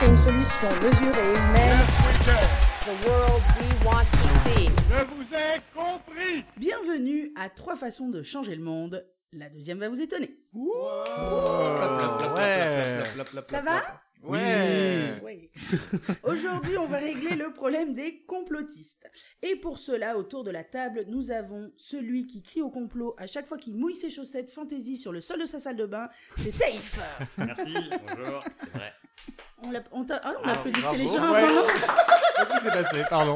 c'est une solution mesurée, humaine. The world we want to see. Je vous ai compris Bienvenue à Trois façons de changer le monde. La deuxième va vous étonner. Ça va Ouais. Oui. Aujourd'hui, on va régler le problème des complotistes. Et pour cela, autour de la table, nous avons celui qui crie au complot à chaque fois qu'il mouille ses chaussettes fantaisie sur le sol de sa salle de bain. C'est safe Merci, bonjour, c'est vrai. On l'a- on t'a- ah non, on applaudissait les bravo. gens Ouais. avant, non Qu'est-ce qui s'est passé Pardon.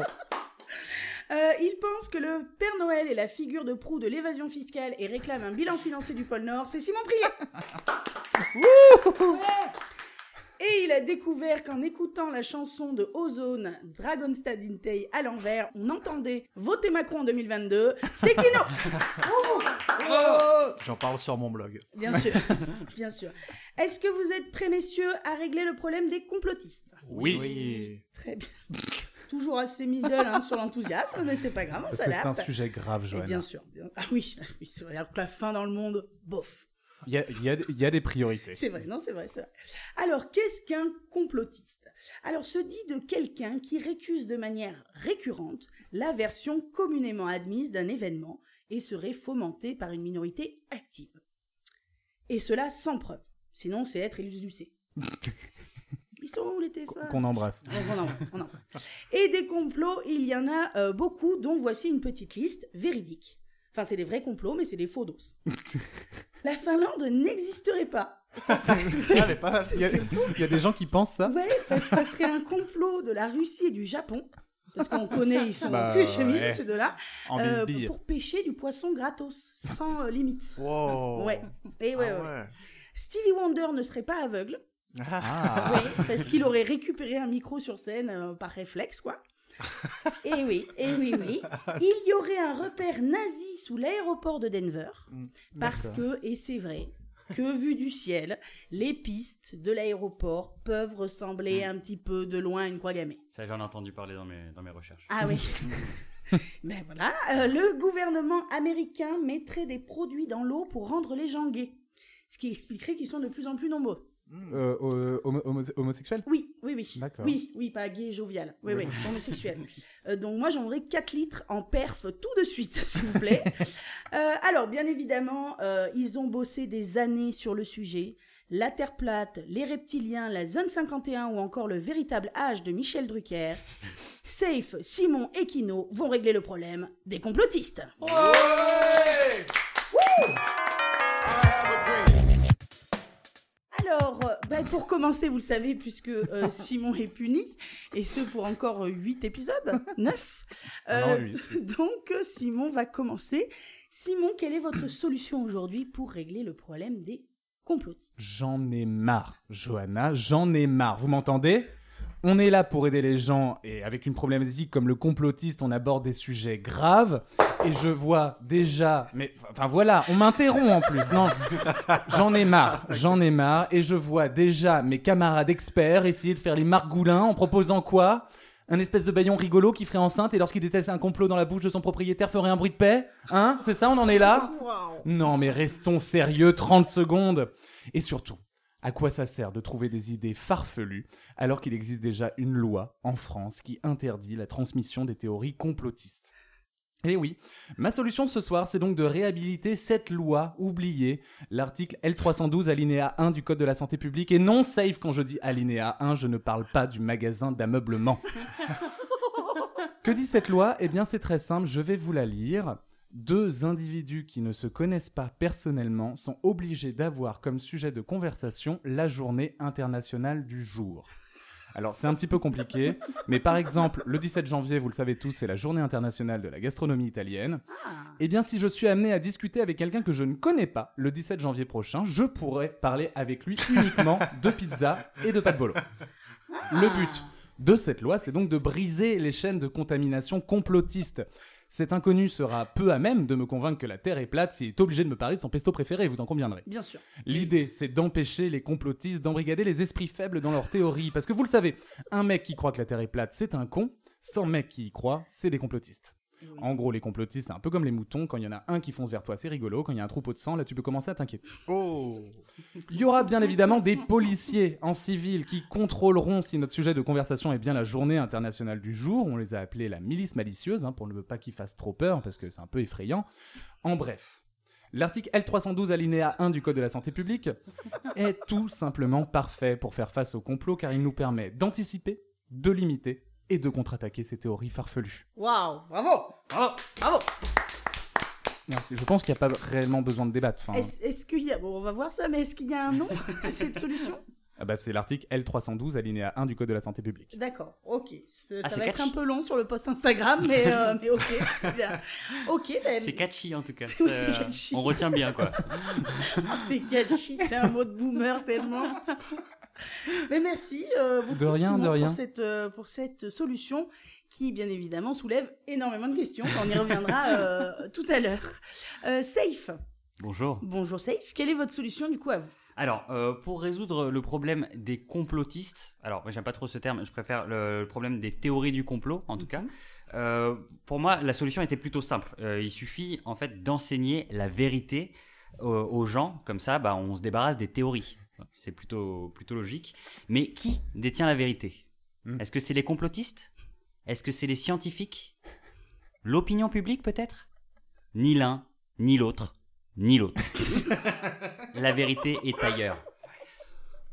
Euh, il pense que le Père Noël est la figure de proue de l'évasion fiscale et réclame un bilan financier du pôle Nord. C'est Simon Priet Et il a découvert qu'en écoutant la chanson de Ozone, Dragonstad Intei à l'envers, on entendait Voter Macron en 2022, c'est Kino J'en parle sur mon blog. Bien sûr, bien sûr. Est-ce que vous êtes prêts, messieurs, à régler le problème des complotistes Oui. Très bien. Toujours assez middle hein, sur l'enthousiasme, mais c'est pas grave, on Parce que c'est un s'adapte. sujet grave, Et Joël. Eh bien sûr. bien- Ah oui, oui, c'est vrai. Alors que la fin dans le monde, bof. Il y a, il y a- il y a des priorités. C'est vrai, non, c'est vrai, c'est vrai. Alors, qu'est-ce qu'un complotiste Alors, se dit de quelqu'un qui récuse de manière récurrente la version communément admise d'un événement et serait fomenté par une minorité active. Et cela sans preuve. Sinon, c'est être élucidé. Ils sont où les téléphones Qu'on embrasse. Donc, on embrasse, on embrasse. Et des complots, il y en a euh, beaucoup, dont voici une petite liste véridique. Enfin, c'est des vrais complots, mais c'est des faux dos. La Finlande n'existerait pas. Ça, c'est- Il y, a, il y a des gens qui pensent ça Ouais, parce que ça serait un complot de la Russie et du Japon. Parce qu'on connaît, ils sont Bah, que chemises, ouais. ces deux-là. en euh, bisbille. pour pêcher du poisson gratos, sans euh, limite. Oh. Wow. Ouais. Et ouais, Ah Ah ouais, ouais. Stevie Wonder ne serait pas aveugle. Ah. Oui, parce qu'il aurait récupéré un micro sur scène euh, par réflexe, quoi. et oui, et oui, oui. Il y aurait un repère nazi sous l'aéroport de Denver, parce que, et c'est vrai, que vu du ciel, les pistes de l'aéroport peuvent ressembler un petit peu de loin à une croix gammée. Ça, j'en ai entendu parler dans mes, dans mes recherches. Ah oui. ben voilà, euh, le gouvernement américain mettrait des produits dans l'eau pour rendre les gens gays, ce qui expliquerait qu'ils sont de plus en plus nombreux. Euh, euh, homo- homo- homosexuel Oui, oui, oui. D'accord. Oui, oui, pas gay, jovial. Oui, oui, homosexuel. Euh, donc moi, j'aimerais 4 litres en perf tout de suite, s'il vous plaît. Euh, alors, bien évidemment, euh, ils ont bossé des années sur le sujet. La Terre plate, les reptiliens, la Zone 51 ou encore le véritable âge de Michel Drucker. Safe, Simon et Kino vont régler le problème des complotistes. Alors, euh, bah, pour commencer, vous le savez, puisque euh, Simon est puni, et ce pour encore 8 épisodes, 9. Ah non, huit. donc, euh, Simon va commencer. Simon, quelle est votre solution aujourd'hui pour régler le problème des complotistes J'en ai marre, Johanna, j'en ai marre. Vous m'entendez On est là pour aider les gens et avec une problématique comme le complotiste, on aborde des sujets graves et je vois déjà mais enfin voilà, on m'interrompt en plus. Non. J'en ai marre, j'en ai marre et je vois déjà mes camarades experts essayer de faire les margoulins en proposant quoi un espèce de baillon rigolo qui ferait enceinte et lorsqu'il déteste un complot dans la bouche de son propriétaire ferait un bruit de paix Hein C'est ça, on en est là Non mais restons sérieux 30 secondes et surtout, à quoi ça sert de trouver des idées farfelues alors qu'il existe déjà une loi en France qui interdit la transmission des théories complotistes Eh oui, ma solution ce soir, c'est donc de réhabiliter cette loi oubliée, l'article L312 alinéa 1 du Code de la santé publique. Et non, safe, quand je dis alinéa 1, je ne parle pas du magasin d'ameublement. que dit cette loi Eh bien, c'est très simple, je vais vous la lire. Deux individus qui ne se connaissent pas personnellement sont obligés d'avoir comme sujet de conversation la journée internationale du jour. Alors c'est un petit peu compliqué, mais par exemple, le 17 janvier, vous le savez tous, c'est la journée internationale de la gastronomie italienne. Eh bien si je suis amené à discuter avec quelqu'un que je ne connais pas le 17 janvier prochain, je pourrais parler avec lui uniquement de pizza et de pâte bolo. Ah, Le but de cette loi, c'est donc de briser les chaînes de contamination complotistes. Cet inconnu sera peu à même de me convaincre que la Terre est plate s'il est obligé de me parler de son pesto préféré, vous en conviendrez. Bien sûr. L'idée, c'est d'empêcher les complotistes d'embrigader les esprits faibles dans leurs théories. Parce que vous le savez, un mec qui croit que la Terre est plate, c'est un con. 100 mecs qui y croient, c'est des complotistes. En gros, les complotistes, c'est un peu comme les moutons. Quand il y en a un qui fonce vers toi, c'est rigolo. Quand il y a un troupeau de sang, là, tu peux commencer à t'inquiéter. Oh Il y aura bien évidemment des policiers en civil qui contrôleront si notre sujet de conversation est bien la journée internationale du jour. On les a appelés la milice malicieuse, hein, pour ne pas qu'ils fassent trop peur, parce que c'est un peu effrayant. En bref, l'article L312 alinéa 1 du Code de la santé publique est tout simplement parfait pour faire face au complot, car il nous permet d'anticiper, de limiter et de contre-attaquer ces théories farfelues. Waouh, bravo Bravo Merci. Je pense qu'il n'y a pas réellement besoin de débattre. hein. Enfin, Est-ce est-ce qu'il y a. Bon, on va voir ça, mais est-ce qu'il y a un nom à cette solution ah bah, c'est l'article L312 alinéa 1 du Code de la santé publique. D'accord, ok. C'est- Ah, ça c'est va être catchy. un peu long sur le post Instagram, mais, euh, mais ok, c'est bien. Ok, ben, C'est catchy en tout cas. C'est- oui, c'est Euh, catchy. On retient bien quoi. c'est catchy, c'est un mot de boomer tellement. Mais merci euh, beaucoup, De rien, Simon, de rien. Pour, cette, euh, pour cette solution qui, bien évidemment, soulève énormément de questions. On y reviendra euh, tout à l'heure. Euh, safe, Bonjour. bonjour Safe, quelle est votre solution du coup à vous Alors, euh, pour résoudre le problème des complotistes, alors moi j'aime pas trop ce terme, je préfère le, le problème des théories du complot en tout cas. Euh, pour moi, la solution était plutôt simple. Euh, il suffit en fait d'enseigner la vérité euh, aux gens, comme ça, bah, on se débarrasse des théories. C'est plutôt plutôt logique. Mais qui détient la vérité Mhm. Est-ce que c'est les complotistes Est-ce que c'est les scientifiques L'opinion publique peut-être Ni l'un, ni l'autre, ni l'autre. La vérité est ailleurs.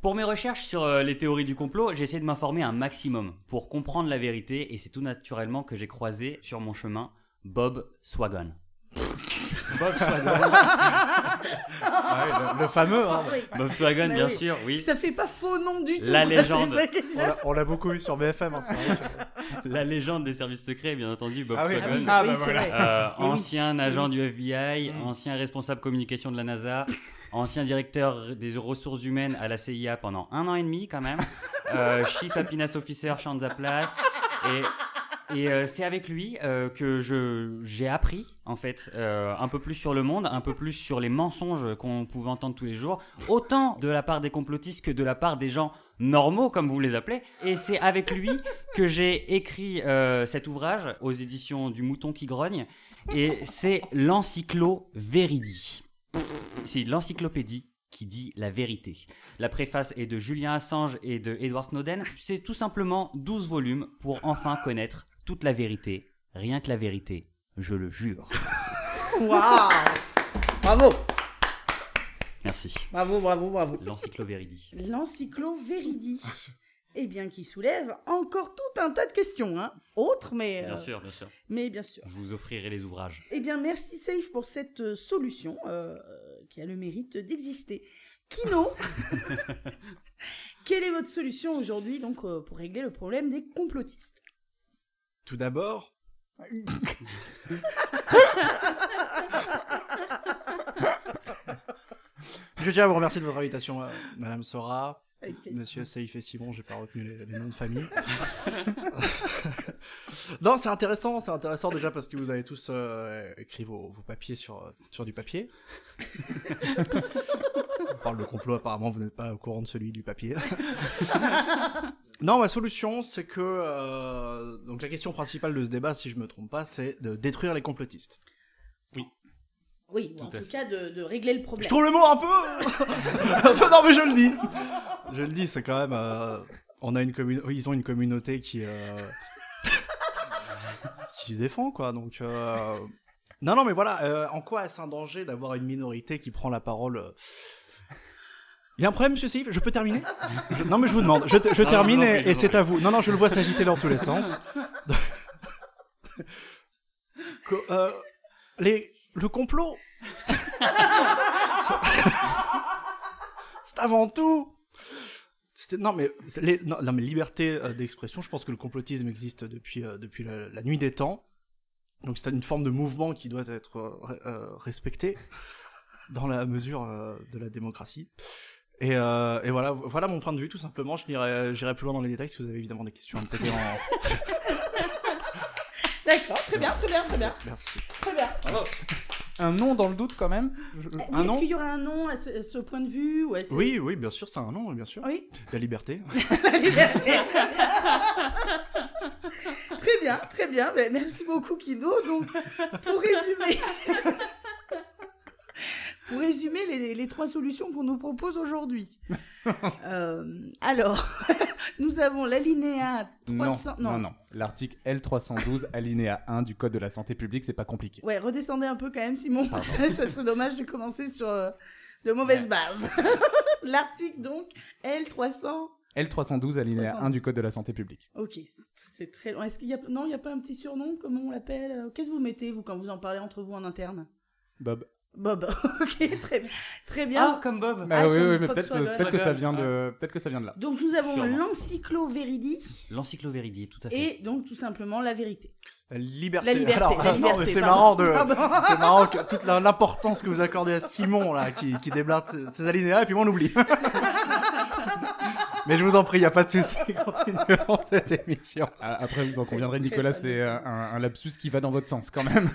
Pour mes recherches sur euh, les théories du complot, j'ai essayé de m'informer un maximum pour comprendre la vérité et c'est tout naturellement que j'ai croisé sur mon chemin Bob Swagon. Bob Swagon, Ah ouais, le, le fameux, hein. Bob Swagon Bah bien oui. sûr, oui. Ça fait pas faux nom du tout. La quoi, c'est légende. ça qui est On ça. l'a- On l'a beaucoup vu sur BFM, hein, c'est vrai. La légende des services secrets, bien entendu, Bob Ah oui. Swagon. Ah oui, Ah oui, bah c'est voilà. vrai. Euh, Eh oui. ancien agent Eh oui. du FBI, ancien responsable communication de la NASA, ancien directeur des ressources humaines à la CIA pendant un an et demi quand même, euh, Chief Happiness Officer Shanza Plast. Et, et, euh, c'est avec lui euh, que je j'ai appris en fait euh, un peu plus sur le monde, un peu plus sur les mensonges qu'on pouvait entendre tous les jours, autant de la part des complotistes que de la part des gens normaux comme vous les appelez. Et c'est avec lui que j'ai écrit euh, cet ouvrage aux éditions du Mouton qui grogne et c'est l'encyclo Veridi. C'est l'encyclopédie qui dit la vérité. La préface est de Julien Assange et de Edward Snowden. C'est tout simplement 12 volumes pour enfin connaître toute la vérité. Rien que la vérité, je le jure. Waouh Bravo Merci. Bravo, bravo, bravo. L'encyclo Veridi. L'encyclo Veridi. Eh bien, qui soulève encore tout un tas de questions, hein. Autres, mais. euh, Bien sûr, bien sûr. Mais bien sûr. Je vous offrirai les ouvrages. Eh bien, merci Safe pour cette euh, solution euh, qui a le mérite d'exister. Kino, quelle est votre solution aujourd'hui donc euh, pour régler le problème des complotistes Tout d'abord, je tiens à vous remercier de votre invitation, euh, Madame Sora. Avec plaisir. Monsieur Saïf et Simon, j'ai pas retenu les, les noms de famille. non, c'est intéressant, c'est intéressant déjà parce que vous avez tous euh, écrit vos, vos papiers sur, euh, sur du papier. On parle de complot, apparemment vous n'êtes pas au courant de celui du papier. non, ma solution, c'est que euh, donc la question principale de ce débat, si je me trompe pas, c'est de détruire les complotistes. Oui, ou Tout en à tout cas de, de régler le Je problème. trouve le mot un peu. un peu- non, mais je le dis. Je le dis, c'est quand même. euh, on a une commune- Ils ont une communauté qui. euh, qui se défend, quoi. Donc. euh, Non, non, mais voilà. euh, en quoi est-ce un danger d'avoir une minorité qui prend la parole euh, Il y a un problème, monsieur Seif Je peux terminer Je- Non, mais je vous demande. Je, te- je Ah, termine je vous en et- prie, je et vous en c'est prie. à vous. Non, non, je le vois s'agiter dans tous les sens. Co- euh, les... Le complot C'est avant tout. C'était- Non mais, c'est les- non, non, mais liberté euh, d'expression, je pense que le complotisme existe depuis, euh, depuis la, la nuit des temps. Donc c'est une forme de mouvement qui doit être euh, re- euh, respectée dans la mesure euh, de la démocratie. Et, euh, et voilà, voilà mon point de vue tout simplement. Je n'irai- J'irai plus loin dans les détails si vous avez évidemment des questions à me poser. en- D'accord, très bien, très bien, très bien, Merci. très bien. un nom dans le doute quand même Je- Oui, Un nom Est-ce qu'il y aurait un nom à ce, à ce point de vue ou à ce- Oui, oui, bien sûr, c'est un nom, bien sûr. Oui, La liberté. la liberté. très bien. très bien, très bien. Ben, Merci beaucoup, Kino. Donc, pour résumer, pour résumer les, les trois solutions qu'on nous propose aujourd'hui. Euh, alors, nous avons l'alinéa 300. Non, non, non. L'article L312, alinéa 1 du Code de la santé publique, c'est pas compliqué. Ouais, redescendez un peu quand même, Simon. Ça, ça serait dommage de commencer sur euh, de mauvaises bases. L'article, donc, L300. L312, alinéa 1 312. du Code de la santé publique. Ok, c'est- c'est très long. Est-ce qu'il y a... Non, il n'y a pas un petit surnom Comment on l'appelle euh, Qu'est-ce que vous mettez, vous, quand vous en parlez entre vous en interne Bob. Bob. ok, très bien. Très bien. Ah, comme Bob. Bah oui, comme oui, mais Pop peut-être Swagon. peut-être que ça vient Swagon, de, peut-être que ça vient de là. Donc, nous avons Sûrement. l'encyclovéridie L'encyclovéridie, tout à fait. et donc, tout simplement, la vérité. La liberté. La liberté. Alors, la non, liberté, mais c'est pardon. marrant de. Pardon. C'est marrant que toute la- l'importance que vous accordez à Simon là, qui, qui déblate ses alinéas et puis moi on oublie. Mais je vous en prie, il n'y a pas de souci. Continuons cette émission. Ah, Après, vous en conviendrez, Très Nicolas, fan c'est de euh, un, un lapsus qui va dans votre sens quand même.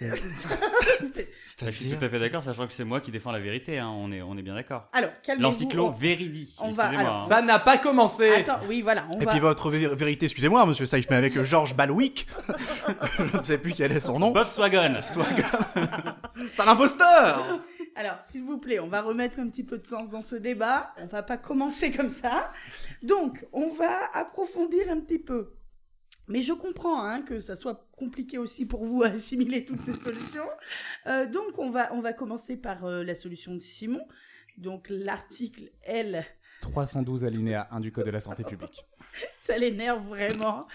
Bah, je suis tout à fait d'accord, sachant que c'est moi qui défends la vérité, hein, on, est, on est bien d'accord. Alors, calmez-vous. L'encyclovéridie. on va- excusez-moi, alors, hein. ça n'a pas commencé Attends, oui, voilà, on Et va... puis votre vé- vérité, excusez-moi, monsieur Saïf, mais avec Georges Balwick, je ne sais plus quel est son nom, Bob Swagon. c'est un imposteur Alors, s'il vous plaît, on va remettre un petit peu de sens dans ce débat. On va pas commencer comme ça. Donc, on va approfondir un petit peu. Mais je comprends hein, que ça soit compliqué aussi pour vous à assimiler toutes ces solutions. Euh, donc, on va, on va commencer par euh, la solution de Simon. Donc, l'article L, 312, alinéa 1 du Code de la santé publique. ça l'énerve vraiment.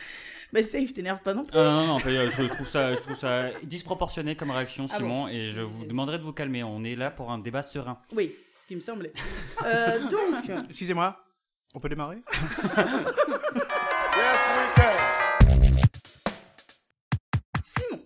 Mais Safe t'énerve pas non plus. Euh, non, non, pas- euh, je trouve ça, je trouve ça disproportionné comme réaction, Ah Simon, bon et je vous demanderai de vous calmer. On est là pour un débat serein. Oui, ce qui me semblait. Euh, donc, Excusez-moi, on peut démarrer Yes, we can. Simon.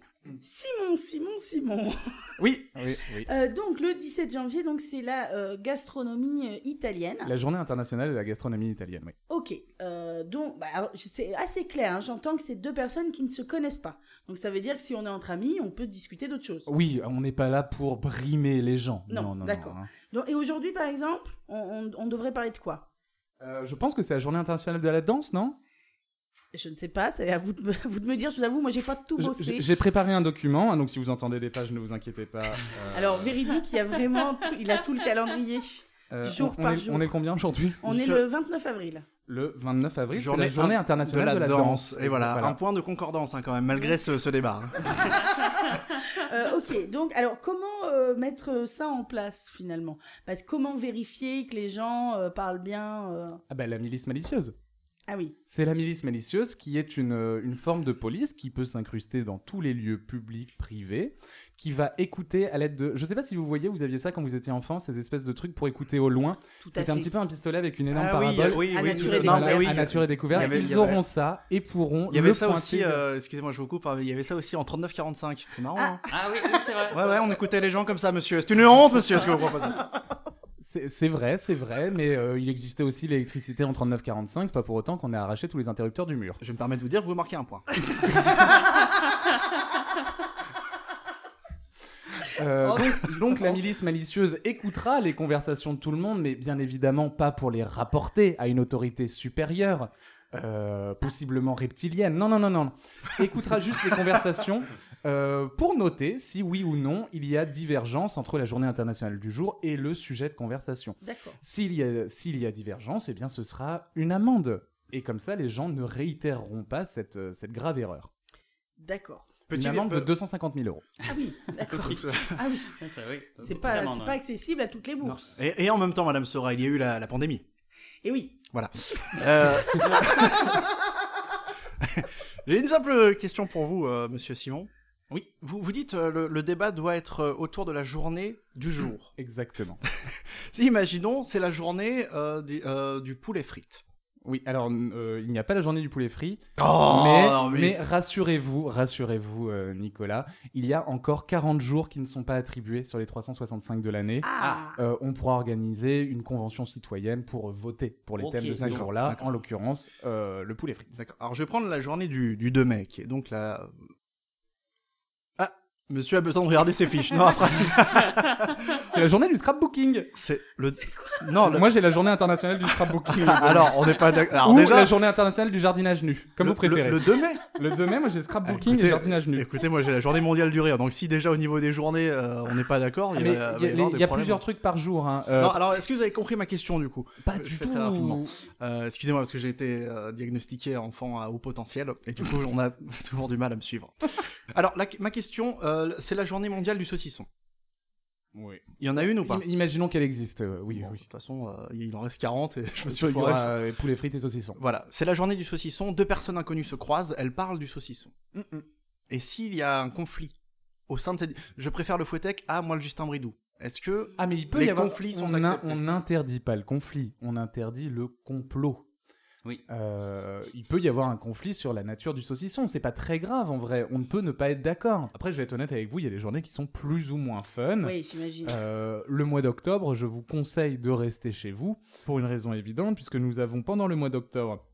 Simon, Simon, Simon. Oui, oui, oui. Euh, donc le 17 janvier, donc c'est la euh, gastronomie euh, italienne. La journée internationale de la gastronomie italienne, oui. Ok, euh, donc bah, alors, je- c'est assez clair. hein, J'entends que c'est deux personnes qui ne se connaissent pas. Donc ça veut dire que si on est entre amis, on peut discuter d'autres choses. Oui, on n'est pas là pour brimer les gens. Non, Non, non, non, d'accord. hein. Donc, et aujourd'hui, par exemple, on, on- on devrait parler de quoi Euh, je pense que c'est la journée internationale de la danse, non Je ne sais pas. C'est à vous de, me- à vous de me dire. Je vous avoue, moi, j'ai pas tout Je- bossé. je- J'ai préparé un document, hein, donc si vous entendez des pages, ne vous inquiétez pas. Euh, Alors véridique, il a vraiment, tout- il a tout le calendrier. euh, jour on, on par est, jour. on est combien aujourd'hui On est Sur- le 29 avril. Le 29 avril, c'est la Journée journée in- internationale de la, danse. Et voilà, un point de concordance hein, quand même, malgré ce, ce débat. Euh, ok, donc alors comment euh, mettre ça en place finalement Parce que comment vérifier que les gens euh, parlent bien euh, Ah bah, la milice malicieuse. Ah oui, C'est la milice malicieuse qui est une, euh, une forme de police qui peut s'incruster dans tous les lieux publics, privés, qui va écouter à l'aide de... Je sais pas si vous voyez, vous aviez ça quand vous étiez enfant, ces espèces de trucs pour écouter au loin. tout à fait. C'était un petit peu un pistolet avec une énorme Ah oui, parabole. oui, à oui, nature tout- non, et découverte. mais oui, à nature et découverte, il y avait- il y ils avait- auront ça et pourront Il y avait le ça pointer aussi, de- euh, excusez-moi, je vous coupe, hein, mais il y avait ça aussi en 39-45. C'est marrant, hein Ah oui, c'est vrai. Ouais, ouais, on écoutait les gens comme ça, monsieur. C'est une honte, monsieur, ce que vous proposez. C'est c'est vrai, c'est vrai, mais euh, il existait aussi l'électricité en 3945, c'est pas pour autant qu'on ait arraché tous les interrupteurs du mur. Je me permets de vous dire, vous marquez un point. Euh, donc, donc la milice malicieuse écoutera les conversations de tout le monde, mais bien évidemment pas pour les rapporter à une autorité supérieure, euh, possiblement reptilienne. Non, non, non, non. Écoutera juste les conversations euh, pour noter si oui ou non il y a divergence entre la journée internationale du jour et le sujet de conversation. D'accord. S'il y, a- s'il y a divergence, eh bien ce sera une amende. Et comme ça, les gens ne réitéreront pas cette, euh, cette grave erreur. D'accord. une amende euh, de 250 000 euros. Ah oui, d'accord. Ah oui, Ça, oui. c'est pas, Totalement, c'est ouais. pas accessible à toutes les bourses. Et, et en même temps, Madame Sora, il y a eu la, la pandémie. Et oui, Euh, J'ai une simple question pour vous, euh, Monsieur Simon. Oui. Vous, vous dites euh, le, le débat doit être euh, autour de la journée Hmm. du jour. Exactement. Si, imaginons, c'est la journée euh, du, euh, du poulet frites. Oui, alors euh, il n'y a pas la journée du poulet frit, Oh, mais, mais rassurez-vous, rassurez-vous euh, Nicolas, il y a encore 40 jours qui ne sont pas attribués sur les 365 de l'année. ah, Euh, on pourra organiser une convention citoyenne pour voter pour les Ok, thèmes de ce d'accord, jour-là, d'accord. en l'occurrence euh, le poulet frit. D'accord. Alors, je vais prendre la journée du, du 2 mai, qui est donc la. Ah, Monsieur a besoin de regarder ses fiches. Non, après, C'est la journée du scrapbooking. c'est le. non, Oh, le- Moi, j'ai la journée internationale du scrapbooking. Alors, on n'est pas d'accord. Alors, Ou déjà, la journée internationale du jardinage nu, comme le- vous préférez. Le, Le, le 2 mai 2 mai, moi j'ai scrapbooking Écoutez, et jardinage nu. Écoutez, moi j'ai la journée mondiale du rire, donc si déjà au niveau des journées euh, on n'est pas d'accord, il Ah, Mais va- va il avoir y a, des les- il y a problèmes. plusieurs trucs par jour. hein. Euh, Non, alors est-ce que vous avez compris ma question du coup pas je du fais tout. très rapidement. Euh, Excusez-moi parce que j'ai été euh, diagnostiqué enfant à haut potentiel et du coup on a toujours du mal à me suivre. Alors la- ma question, euh, c'est la journée mondiale du saucisson. Il y en a une ou pas Im- Imaginons qu'elle existe. euh, oui, Bon, De oui. toute façon, euh, il en reste 40 et je me Parce suis qu'il y foiré aura sur- euh, poulet frites et saucissons. Voilà, c'est la journée du saucisson. Deux personnes inconnues se croisent, elles parlent du saucisson. Et s'il y a un conflit au sein de cette... Je préfère le fouettec à moi le Justin Bridou. Est-ce que... Ah, mais il peut Les y avoir. conflits sont on in- acceptés. On n'interdit pas le conflit, on interdit le complot. Oui. Euh, il peut y avoir un conflit sur la nature du saucisson, c'est pas très grave en vrai, on ne peut ne pas être d'accord. Après, je vais être honnête avec vous, il y a des journées qui sont plus ou moins fun. Oui, j'imagine. Ah. Euh, le mois d'octobre, je vous conseille de rester chez vous pour une raison évidente, puisque nous avons pendant le mois d'octobre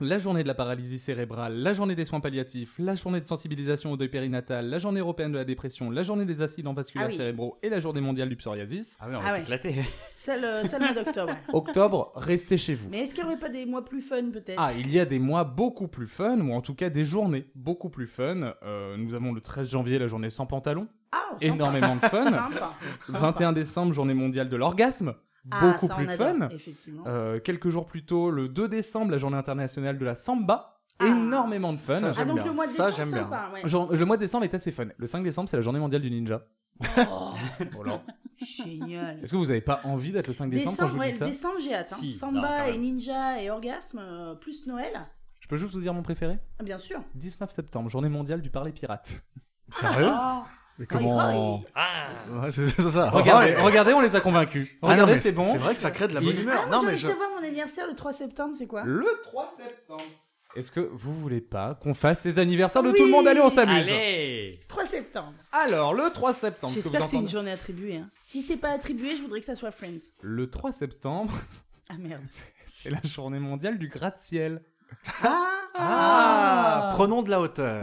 la journée de la paralysie cérébrale, la journée des soins palliatifs, la journée de sensibilisation au deuil périnatal, la journée européenne de la dépression, la journée des accidents vasculaires Ah oui. cérébraux et la journée mondiale du psoriasis. Ah oui, on Ah va ouais. s'éclater. C'est le, c'est le mois d'octobre. ouais. Octobre, restez chez vous. Mais est-ce qu'il n'y aurait pas des mois plus fun peut-être Ah, il y a des mois beaucoup plus fun, ou en tout cas des journées beaucoup plus fun. Euh, nous avons le 13 janvier la journée sans pantalon, Ah, sympa. énormément de fun. Sympa. 21 décembre, journée mondiale de l'orgasme, Ah, beaucoup ça, on plus de adore, fun. Effectivement. Euh, quelques jours plus tôt, le 2 décembre, la journée internationale de la samba. Ah. Énormément de fun. Ça, ah, j'aime donc bien. le mois de Ça, décembre, j'aime bien. sympa. Ouais. Genre, le mois de décembre est assez fun. Le 5 décembre, c'est la journée mondiale du ninja. Oh, Oh Voilà. Génial. Est-ce que vous n'avez pas envie d'être le 5 décembre, quand je Décembre, vous ouais, dis ça décembre, j'ai hâte. hein. Si, non, Samba quand et même. Ninja et Orgasme, euh, plus Noël. Je peux juste vous dire mon préféré Ah, Bien sûr. 19 septembre, journée mondiale du parler pirate. Sérieux Hein Ah, Mais comment- Ah Ouais, c'est c'est ça. Regardez, Ah, regardez, on les a convaincus. non, Regardez, mais c'est bon. C'est vrai que ça crée de la Il- bonne humeur. Non, j'ai mais envie je... de savoir mon anniversaire le 3 septembre, c'est quoi Le 3 septembre. Est-ce que vous voulez pas qu'on fasse les anniversaires de Oui tout le monde Allez, on s'amuse. Allez 3 septembre. Alors, le 3 septembre. ce que J'espère vous que c'est une entendez- journée attribuée. hein. Si c'est pas attribué, je voudrais que ça soit Friends. Le 3 septembre, Ah merde. c'est la journée mondiale du gratte-ciel. Ah, Ah, Prenons de la hauteur.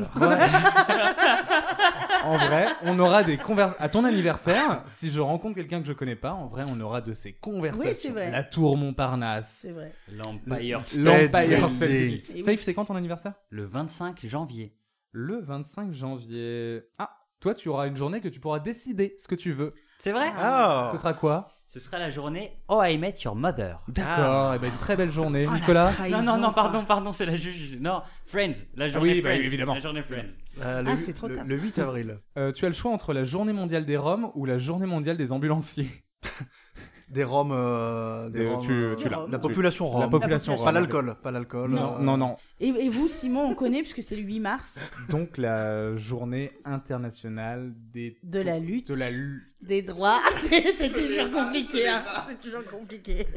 en vrai, on aura des conversations. À ton anniversaire, si je rencontre quelqu'un que je connais pas, en vrai, on aura de ces conversations. Oui, c'est vrai. La tour Montparnasse. c'est vrai. L'Empire State L'Empire Building. Ah. State Building. Et oui. Safe, c'est quand ton anniversaire Le 25 janvier. Le 25 janvier. Ah, toi, tu auras une journée que tu pourras décider ce que tu veux. C'est vrai Ah. Ce sera quoi Ce sera la journée Oh I Met Your Mother. Ah. D'accord, eh ben, une très belle journée. Oh, la Nicolas trahison, Non, non, non, quoi. pardon, pardon, c'est la juge. Non, Friends, la journée oui, bah Friends. oui, évidemment. La journée Friends. Euh, le Ah, huit- c'est trop le- tard. Le 8 avril. euh, tu as le choix entre la journée mondiale des Roms ou la journée mondiale des ambulanciers. Des Roms... euh, des Des- Roms, tu- euh, tu l'as. La population Rome. La population Pas rome. l'alcool. Pas l'alcool. Non, euh, non, non. Et, et vous, Simon, on connaît puisque c'est le 8 mars Donc la journée internationale des de la lutte. de la lu- des droits. c'est toujours compliqué. hein. C'est toujours compliqué.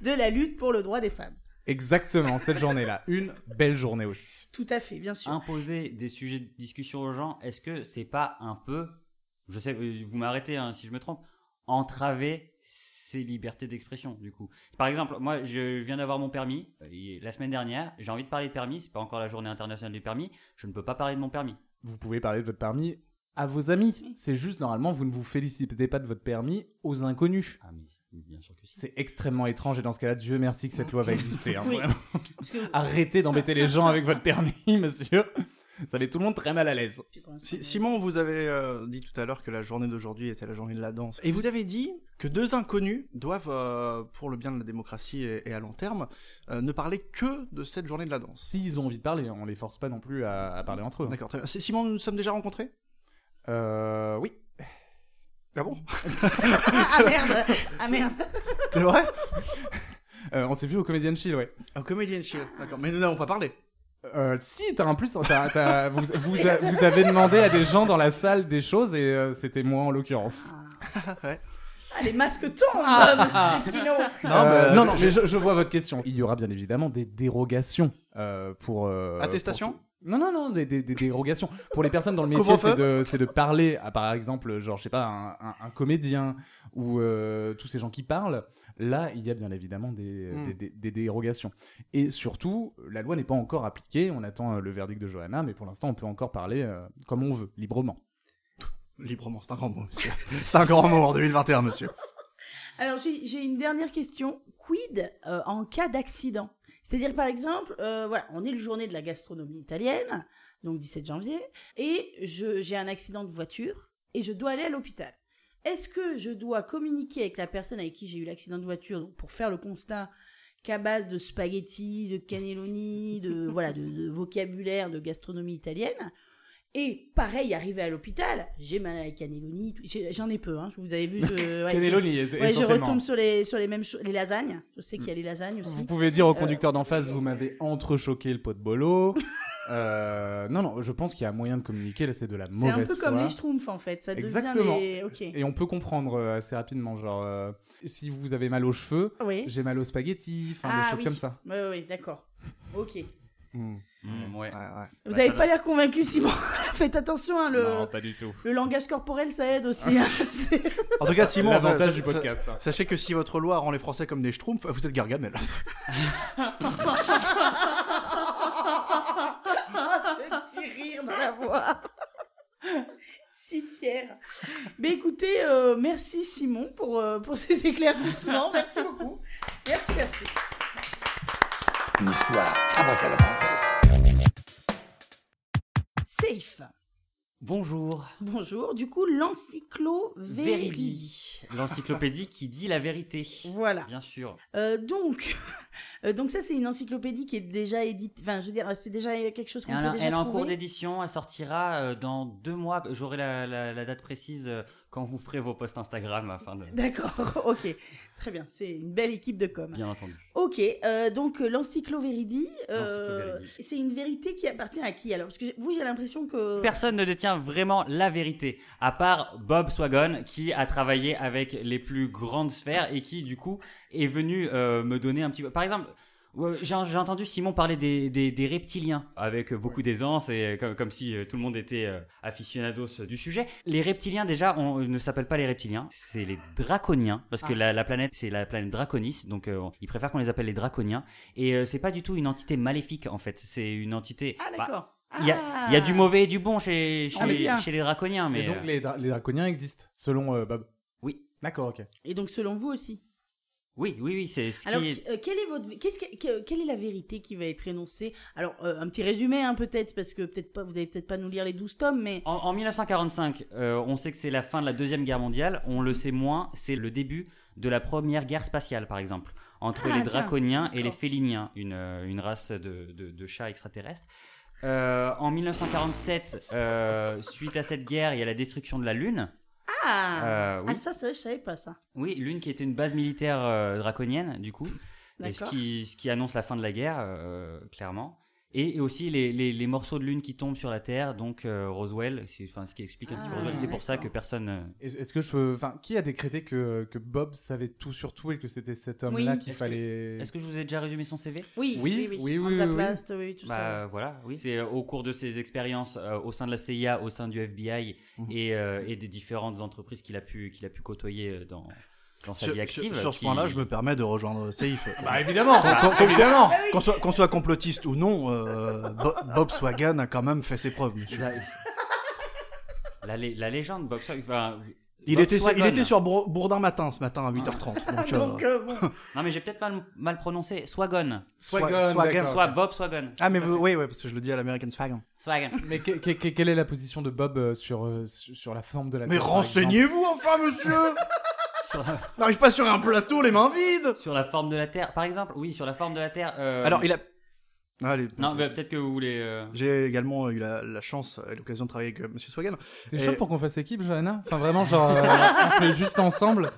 De la lutte pour le droit des femmes. Exactement, cette journée-là. Une belle journée aussi. Tout à fait, bien Ah. sûr. Imposer des sujets de discussion aux gens, est-ce que c'est pas un peu, je sais, euh, vous m'arrêtez hein, si je me trompe, entraver ces libertés d'expression du coup Par exemple, moi je viens d'avoir mon permis euh, et la semaine dernière, j'ai envie de parler de permis, c'est pas encore la journée internationale du permis, je ne peux pas parler de mon permis. Vous pouvez parler de votre permis à vos amis. C'est juste, normalement, vous ne vous félicitez pas de votre permis aux inconnus. Ah mais bien sûr que si. C'est extrêmement étrange et dans ce cas-là, Dieu merci que cette loi va exister. hein, Oui. vraiment. Parce que vous- Arrêtez d'embêter les gens avec votre permis, monsieur. Ça met tout le monde très mal à l'aise. Si- Simon, vous avez euh, dit tout à l'heure que la journée d'aujourd'hui était la journée de la danse. Et vous avez dit que deux inconnus doivent, euh, pour le bien de la démocratie et, et à long terme, euh, ne parler que de cette journée de la danse. S'ils ont envie de parler, on les force pas non plus à, à parler entre eux. hein. D'accord, très bien. Si- Simon, nous nous sommes déjà rencontrés Euh, oui. Ah bon Ah merde Ah merde C'est vrai Euh, on s'est vu au Comedian Chill, ouais. Un comédien chill, d'accord. Mais nous n'avons pas parlé. Euh, si, t'as un plus. t'as- t'as- vous, vous a- vous avez demandé à des gens dans la salle des choses et euh, c'était moi en l'occurrence. Ah, les masques tombent, Ah, monsieur Kino Non, Euh, mais, non, je- non, je- mais je, je vois votre question. Il y aura bien évidemment des dérogations euh, pour. euh, Attestation pour- Non, non, non, des, des- des dérogations. Pour les personnes dans le métier, Couvre-feu c'est de, c'est de parler à, par exemple, genre, je sais pas, un, un- un comédien ou euh, tous ces gens qui parlent. Là, il y a bien évidemment des, euh, Mm. des- des- des dérogations. Et surtout, la loi n'est pas encore appliquée. On attend euh, le verdict de Johanna, mais pour l'instant, on peut encore parler euh, comme on veut, librement. Librement, c'est un grand mot, monsieur. c'est un grand mot en 2021, monsieur. Alors, j'ai j'ai une dernière question. Quid euh, en cas d'accident C'est-à-dire, par exemple, euh, voilà, on est le journée de la gastronomie italienne, donc 17 janvier, et je- j'ai un accident de voiture et je dois aller à l'hôpital. Est-ce que je dois communiquer avec la personne avec qui j'ai eu l'accident de voiture donc, pour faire le constat qu'à base de spaghettis, de cannelloni, de, voilà, de, de vocabulaire de gastronomie italienne et pareil, arrivé à l'hôpital, j'ai mal à la cannelloni, tout- j'ai- j'en ai peu, hein, je vous avez vu, je, ouais, j'ai- Cannelloni, Ouais, je essentiellement. retombe sur les, sur les mêmes choses. Les lasagnes. Je sais qu'il y a les lasagnes aussi. Vous pouvez dire au conducteur d'en face, vous m'avez entrechoqué le pot de bolo. Euh, non, non, je pense qu'il y a moyen de communiquer. Là, c'est de la mauvaise C'est un peu comme foi. les schtroumpfs en fait. Ça devient Exactement. des. Ok. Et on peut comprendre euh, assez rapidement, genre, euh, si vous avez mal aux cheveux, Oui. j'ai mal aux spaghettis, enfin, des Ah choses oui. comme ça. Oui, oui, d'accord. Ok. Mm, ouais. Ouais, ouais. Vous Bah, n'avez ça pas doit- l'air convaincu, Simon. Faites attention, hein, le, pas du tout. le langage corporel, ça aide aussi. Ah. hein. C'est- En tout cas, Simon, ça- L'avantage ça- du ça- podcast. hein. Sachez que si votre loi rend les Français comme des schtroumpfs, vous êtes Gargamel. Ah, ce petit rire dans la voix. si fier. Mais écoutez, euh, merci Simon pour, euh, pour ces éclaircissements. Merci beaucoup. Merci, merci. Safe. Bonjour. Bonjour. Du coup, l'encyclo Veridi. Veridi. L'encyclopédie qui dit la vérité. Voilà. Bien sûr. Euh, donc, euh, donc ça c'est une encyclopédie qui est déjà édite. Enfin, je veux dire, c'est déjà quelque chose qu'on elle, peut déjà elle est en cours trouver. d'édition, elle sortira euh, dans deux mois. J'aurai la, la- la date précise euh, quand vous ferez vos posts Instagram afin de. D'accord. Ok. Très bien. C'est une belle équipe de com. Bien entendu. Ok, euh, donc euh, l'encyclovéridi, euh, L'encyclovéridi. c'est une vérité qui appartient à qui alors Parce que j'ai- vous, j'ai l'impression que... Personne ne détient vraiment la vérité, à part Bob Swagon, qui a travaillé avec les plus grandes sphères et qui, du coup, est venu euh, me donner un petit peu. Par exemple. ouais, J'ai j'ai entendu Simon parler des, des- des reptiliens avec beaucoup d'aisance et euh, comme, comme si euh, tout le monde était euh, aficionados du sujet. Les reptiliens déjà on, ne s'appellent pas les reptiliens, c'est les draconiens parce que la, la planète c'est la planète Draconis donc euh, ils préfèrent qu'on les appelle les draconiens et euh, c'est pas du tout une entité maléfique en fait, c'est une entité Ah bah, d'accord. il y, a- Ah. il y a du mauvais et du bon chez, chez, On est bien. chez les draconiens, mais. Et donc, euh, les, dra- les draconiens existent, selon euh, Bob. Oui. D'accord, ok. Et donc selon vous aussi. Oui, oui, oui, c'est ce Alors, qui qui- euh, quelle, est votre... qu'est-ce que- que- quelle est la vérité qui va être énoncée Alors, euh, un petit résumé hein, peut-être, parce que peut-être pas, vous n'allez peut-être pas nous lire les 12 tomes, mais... En, en 1945, euh, on sait que c'est la fin de la Deuxième Guerre mondiale, on le sait moins, c'est le début de la Première Guerre spatiale, par exemple, entre Ah, les tiens, draconiens et les d'accord. féliniens, une, euh, une race de, de- de chats extraterrestres. Euh, en 1947, euh, suite à cette guerre, il y a la destruction de la Lune. Ah, Euh, oui. Ah, ça, c'est vrai, je savais pas ça. Oui, l'une qui était une base militaire euh, draconienne, du coup. et ce D'accord. qui, ce qui annonce la fin de la guerre, euh, clairement. Et, et aussi les, les- les morceaux de lune qui tombent sur la Terre, donc euh, Roswell, c'est enfin, ce qui explique un petit peu Ah, Roswell. C'est pour ça d'accord. que personne. euh, Est- Est-ce que je peux. Enfin, qui a décrété que, que Bob savait tout sur tout et que c'était cet homme-là Oui. qu'il Est-ce fallait. Est-ce que je vous ai déjà résumé son CV Oui, Oui, oui, oui, oui, oui. Hansaplast, oui, tout Bah ça. euh, voilà, oui. C'est euh, au cours de ses expériences euh, au sein de la CIA, au sein du FBI Mhm. et, euh, et des différentes entreprises qu'il a pu, qu'il a pu côtoyer euh, dans, dans sa Sur, vie active. sur- sur ce qui- point-là, je me permets de rejoindre Seif. Bah, évidemment Qu'on- qu'on- qu'on- Évidemment Qu'on soit, qu'on soit complotiste ou non, euh, Bo- Bob Swagan a quand même fait ses preuves, monsieur. La, la lé- la légende, Bob Swag- enfin, Il, Bob était sur, il Swagon. était sur Bro- Bourdin Matin ce matin à 8h30. Donc, euh, Donc, euh, bon. Non, mais j'ai peut-être mal, mal prononcé. Swagon. Swa- Swagon, Swagan. d'accord. Soit Bob Swagon. Ah, mais vous- oui, oui, parce que je le dis à l'American Swagan. Swagon. Mais que- que- que- quelle est la position de Bob euh, sur, euh, sur sur la forme de la Mais Terre, par exemple renseignez-vous enfin, monsieur sur, la, N'arrive pas sur un plateau les mains vides sur la forme de la Terre, par exemple. Oui, sur la forme de la Terre. euh, Alors, il a. Allez, Non, mais peut-être que vous voulez. euh, J'ai également eu la, la chance et l'occasion de travailler avec euh, Monsieur Swagan. T'es Et- chaud pour qu'on fasse équipe, Johanna Enfin, vraiment, genre, euh, on se met juste ensemble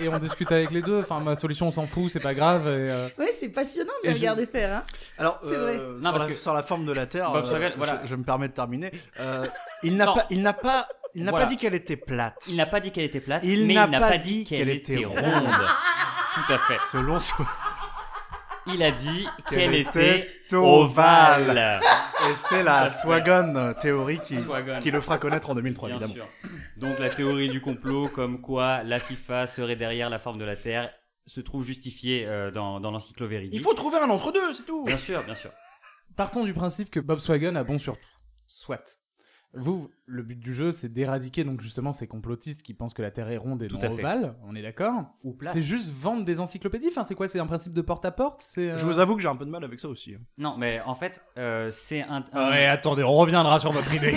et on discute avec les deux. Enfin, ma solution, on s'en fout, c'est pas grave. Et, euh, Ouais, c'est passionnant de Et les je- regarder faire. Hein. Alors, C'est euh, vrai. Sur, Non, parce la, que- sur la forme de la Terre, Bob euh, Saget, je- voilà. je, me permets de terminer. Euh, il n'a Non. pas, il n'a pas, il n'a Voilà. pas dit qu'elle était plate. Il n'a pas dit qu'elle était plate, Il mais n'a il n'a pas pas, dit dit qu'elle qu'elle était, était ronde. Tout à fait. Selon son... Il a dit Qu'elle qu'elle était était ovale. ovale. et c'est la Swagon théorie qui, Swagon. qui le fera connaître en 2003 Bien évidemment. sûr. Donc la théorie du complot, comme quoi la FIFA serait derrière la forme de la Terre, se trouve justifiée euh, dans, dans l'encyclopédie. Il faut trouver un entre deux, c'est tout. Bien sûr, bien sûr. partons du principe que Bob Swagon a bon sur tout. Soit. Vous, le but du jeu, c'est d'éradiquer donc justement ces complotistes qui pensent que la Terre est ronde et Tout non à fait. ovale. On est d'accord Ou plat. C'est juste vendre des encyclopédies. Enfin, c'est quoi C'est un principe de porte à porte C'est. euh, Je vous avoue que j'ai un peu de mal avec ça aussi. hein. Non, mais en fait, euh, c'est un. un- Ouais, attendez, on reviendra sur votre idée.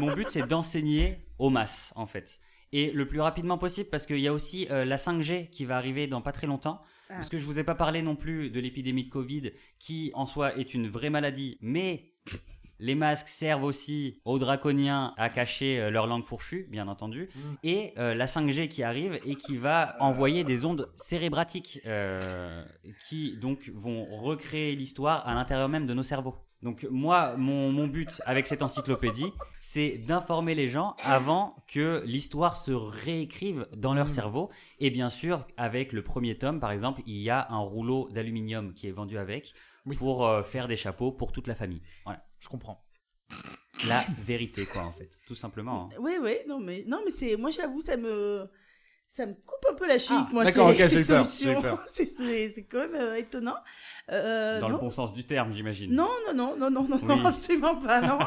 Mon but, c'est d'enseigner aux masses, en fait. Et le plus rapidement possible, parce qu'il y a aussi euh, la 5G qui va arriver dans pas très longtemps. Ah. Parce que je vous ai pas parlé non plus de l'épidémie de Covid, qui en soi est une vraie maladie, mais les masques servent aussi aux draconiens à cacher euh, leur langue fourchue, bien entendu. Et euh, la 5G qui arrive et qui va envoyer des ondes cérébratiques, euh, qui donc vont recréer l'histoire à l'intérieur même de nos cerveaux. Donc moi, mon, mon but avec cette encyclopédie, c'est d'informer les gens avant que l'histoire se réécrive dans Mm. leur cerveau. Et bien sûr, avec le premier tome, par exemple, il y a un rouleau d'aluminium qui est vendu avec Oui. pour euh, faire des chapeaux pour toute la famille. Voilà. Je comprends. La vérité, quoi, en fait. Tout simplement. hein. Oui, oui, non, mais, non, mais c'est, moi, j'avoue, ça me, ça me coupe un peu la chic, Ah, moi, d'accord, ces, ok, ces j'ai eu peur, j'ai solutions. eu peur. c'est, c'est, c'est quand même euh, étonnant. Euh, Dans non. le bon sens du terme, j'imagine. non, non, non, non, non, non, Oui. non, absolument pas, non.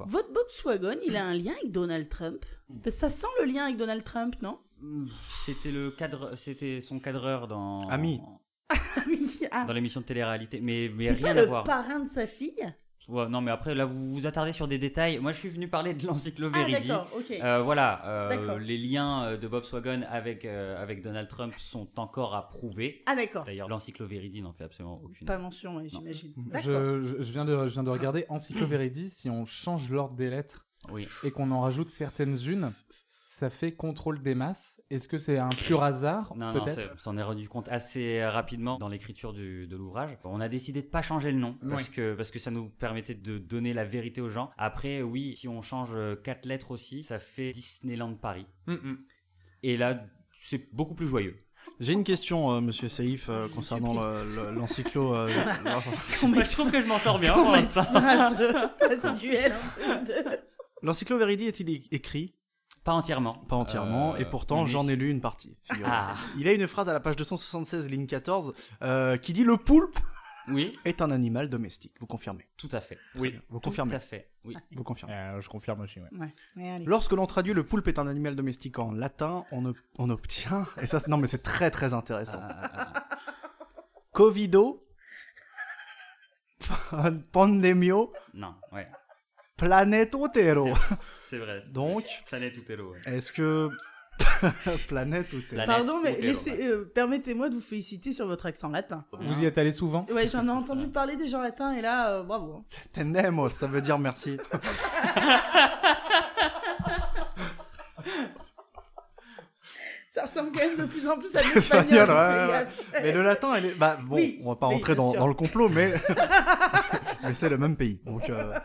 Votre Bob Swagon, il a un lien avec Donald Trump. Parce que ça sent le lien avec Donald Trump, non C'était le cadre, c'était son cadreur dans Ami. Oui, ah. dans l'émission de télé-réalité, mais mais C'est pas rien à le voir. parrain de sa fille Ouais, non, mais après là, vous vous attardez sur des détails. Moi, je suis venu parler de Ah, l'encyclopédie. d'accord, ok. Euh, voilà, euh, D'accord. les liens euh, de Bob Swagon avec, euh, avec Donald Trump sont encore à prouver. Ah, d'accord. D'ailleurs, l'encyclopédie n'en fait absolument aucune. Pas mention, ouais, j'imagine. D'accord. Je, je- je viens de, je viens de regarder Encyclopédie. Si on change l'ordre des lettres Oui. et qu'on en rajoute certaines unes, ça fait contrôle des masses. Est-ce que c'est un pur hasard Non, non, c'est- Peut-être. on s'en est rendu compte assez rapidement dans l'écriture du- de l'ouvrage. On a décidé de pas changer le nom parce, Oui. que, parce que ça nous permettait de donner la vérité aux gens. Après, oui, si on change euh, quatre lettres aussi, ça fait Disneyland Paris. Mm, mm. Et là, c'est beaucoup plus joyeux. J'ai une question, euh, monsieur Saïf, euh, Je vous concernant le- le- l'encyclo. euh, On met Moi, je trouve que je m'en sors bien. Qu'on pour mette l'instant. fin à ce- à ce duel euh, entre les deux. l'encyclo Veridi est-il é- écrit Pas entièrement. Pas entièrement, Euh, et pourtant mais- j'en ai lu une partie. figurez-vous. Ah. Il a une phrase à la page 276, ligne 14, euh, qui dit Le poulpe Oui, est un animal domestique. Vous confirmez tout à fait. Oui. Vous confirmez Tout à fait. Oui. Vous confirmez. Euh, je confirme aussi, ouais. Ouais, ouais, allez. Lorsque l'on traduit le poulpe est un animal domestique en latin, on, ob- on obtient. Et ça, c'est- non, mais c'est très très intéressant. Ah, ah, ah. Covido, pan- pandemio, non, ouais. planetotero. C'est- C'est vrai. c'est- Donc, Planète Utero. ouais. est-ce que. planetotero. Planète Pardon, mais Utero, laissez- ouais. euh, permettez-moi de vous féliciter sur votre accent latin. Vous y êtes allé souvent Ouais, j'en ai entendu parler des gens latins et là, euh, bravo. Tenemos, ça veut dire merci. Ça ressemble quand même de plus en plus à Espagnol, l'espagnol. ouais, fais ouais. gaffe. Mais le latin, elle est... bah, bon, Oui, on va pas oui, rentrer bien dans, sûr. dans le complot, mais, mais c'est le même pays. Donc, euh,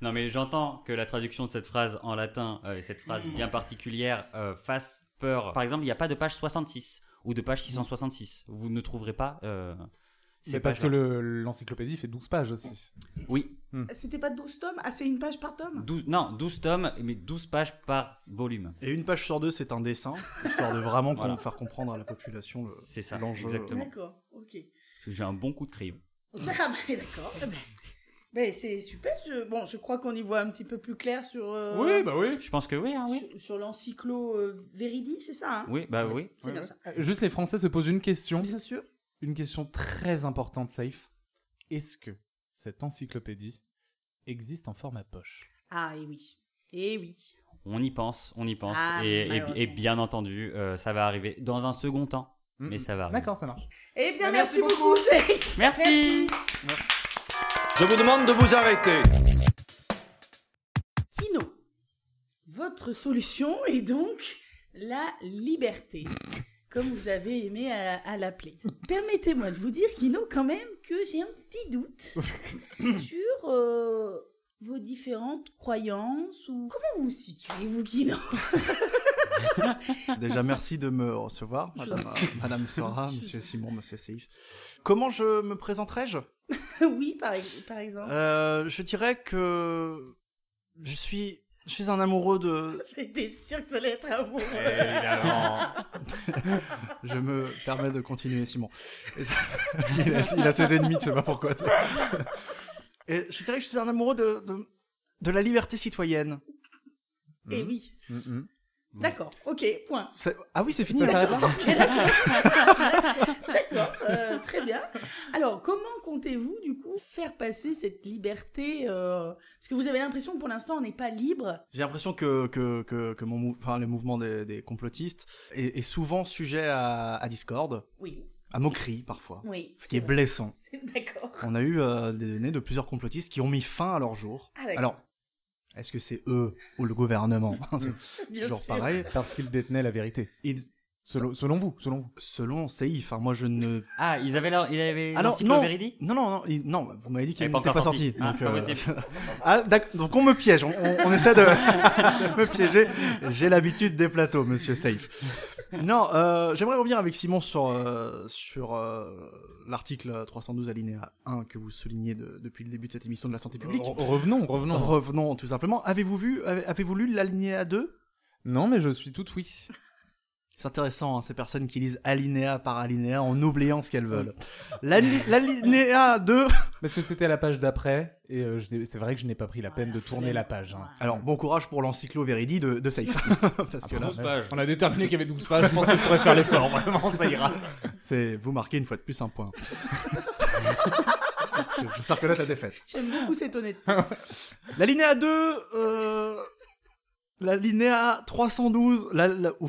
Non, mais j'entends que la traduction de cette phrase en latin euh, et cette phrase bien particulière euh, fasse peur. Par exemple, il n'y a pas de page 66 ou de page 666. Vous ne trouverez pas. euh, ces C'est parce que pages-là. le- l'encyclopédie fait 12 pages aussi. Oui. C'était pas 12 tomes Ah, c'est une page par tome 12, non, 12 tomes, mais 12 pages par volume. Et une page sur deux, c'est un dessin, histoire de vraiment qu'on- Voilà. faire comprendre à la population le- C'est ça, l'enjeu. exactement. D'accord, ok. J'ai un bon coup de crive. Ah, bah, d'accord. Eh ben, ben, c'est super. Je... Bon, je crois qu'on y voit un petit peu plus clair sur, euh, bah oui. Je pense que oui, hein, oui. sur, sur l'encyclo euh, Veridi, c'est ça hein Oui, bah oui. C'est bien ça. Juste les Français se posent une question, Bien sûr. une question très importante, Safe. Est-ce que cette encyclopédie existe en format poche Ah, et oui. Et oui. On y pense, on y pense. Ah, et, et- malheureusement. et bien entendu, euh, ça va arriver dans un second temps. Mais Mm, ça mm. va arriver. D'accord, ça marche. Eh bien, Ben, merci, merci beaucoup. Zé. Merci. Je vous demande de vous arrêter. Kino, votre solution est donc la liberté, comme vous avez aimé à, à l'appeler. Permettez-moi de vous dire, Kino, quand même, que j'ai un petit doute sur euh, vos différentes croyances ou comment vous vous situez, vous, Kino Déjà, merci de me recevoir, madame, euh, madame Sora, monsieur Simon, monsieur Seif. Comment je me présenterai-je Oui, par, ex- par exemple. Euh, Je dirais que je suis, je suis un amoureux de... J'étais sûre que ça allait être un mot. Je me permets de continuer, Simon. il, a, il a ses ennemis, tu sais pas pourquoi. tu sais. Et je dirais que je suis un amoureux de, de- de la liberté citoyenne. Eh Mhm. oui. Mm, mm. D'accord. Ok. Point. Ça- Ah oui, c'est fini. Ça s'arrête là D'accord. euh, très bien. Alors, comment comptez-vous du coup faire passer cette liberté euh, Parce que vous avez l'impression que pour l'instant on n'est pas libre. J'ai l'impression que, que, que, que mon, mou- enfin, les mouvements des, des complotistes est, est souvent sujet à, à discorde, Oui. à moquerie parfois, Oui. ce qui est c'est vrai. blessant. C'est- D'accord. On a eu euh, des données de plusieurs complotistes qui ont mis fin à leur jour. Ah, d'accord. Alors, est-ce que c'est eux ou le gouvernement C'est Bien toujours sûr. pareil. Parce qu'il détenait la vérité. Ils- Selon, selon vous, selon vous. selon CI, enfin moi je ne... Ah, ils avaient leur. Il avait Ah non, non, l'encyclopédie non, non, non, il- non, vous m'avez dit Elle qu'il est n'était pas sorti. Ah, donc, pas euh, possible. Ah, d'accord, donc on me piège, on, on- on essaie de, de me piéger. J'ai l'habitude des plateaux, monsieur Safe. Non, euh, j'aimerais revenir avec Simon sur, euh, sur euh, l'article 312 alinéa 1 que vous soulignez de- depuis le début de cette émission de la santé Euh, publique. Re- Revenons, revenons. Revenons tout simplement. Avez-vous vu, avez- avez-vous lu l'alinéa 2 Non, mais je suis tout oui. C'est intéressant, hein, ces personnes qui lisent alinéa par alinéa en oubliant ce qu'elles veulent. L'ali- L'alinéa 2 Parce que c'était à la page d'après, et euh, je n'ai- c'est vrai que je n'ai pas pris la peine de tourner la page. hein. Alors, bon courage pour l'encyclo Veridi de, de Safe. Parce que là, bah, Douze pages. On a déterminé qu'il y avait 12 pages, je pense que je pourrais faire l'effort, vraiment, ça ira. c'est vous marquez une fois de plus un point. je, je sais reconnaître la défaite. J'aime beaucoup cette honnêteté. L'alinéa 2, euh, l'alinéa 312, la, la- ouh,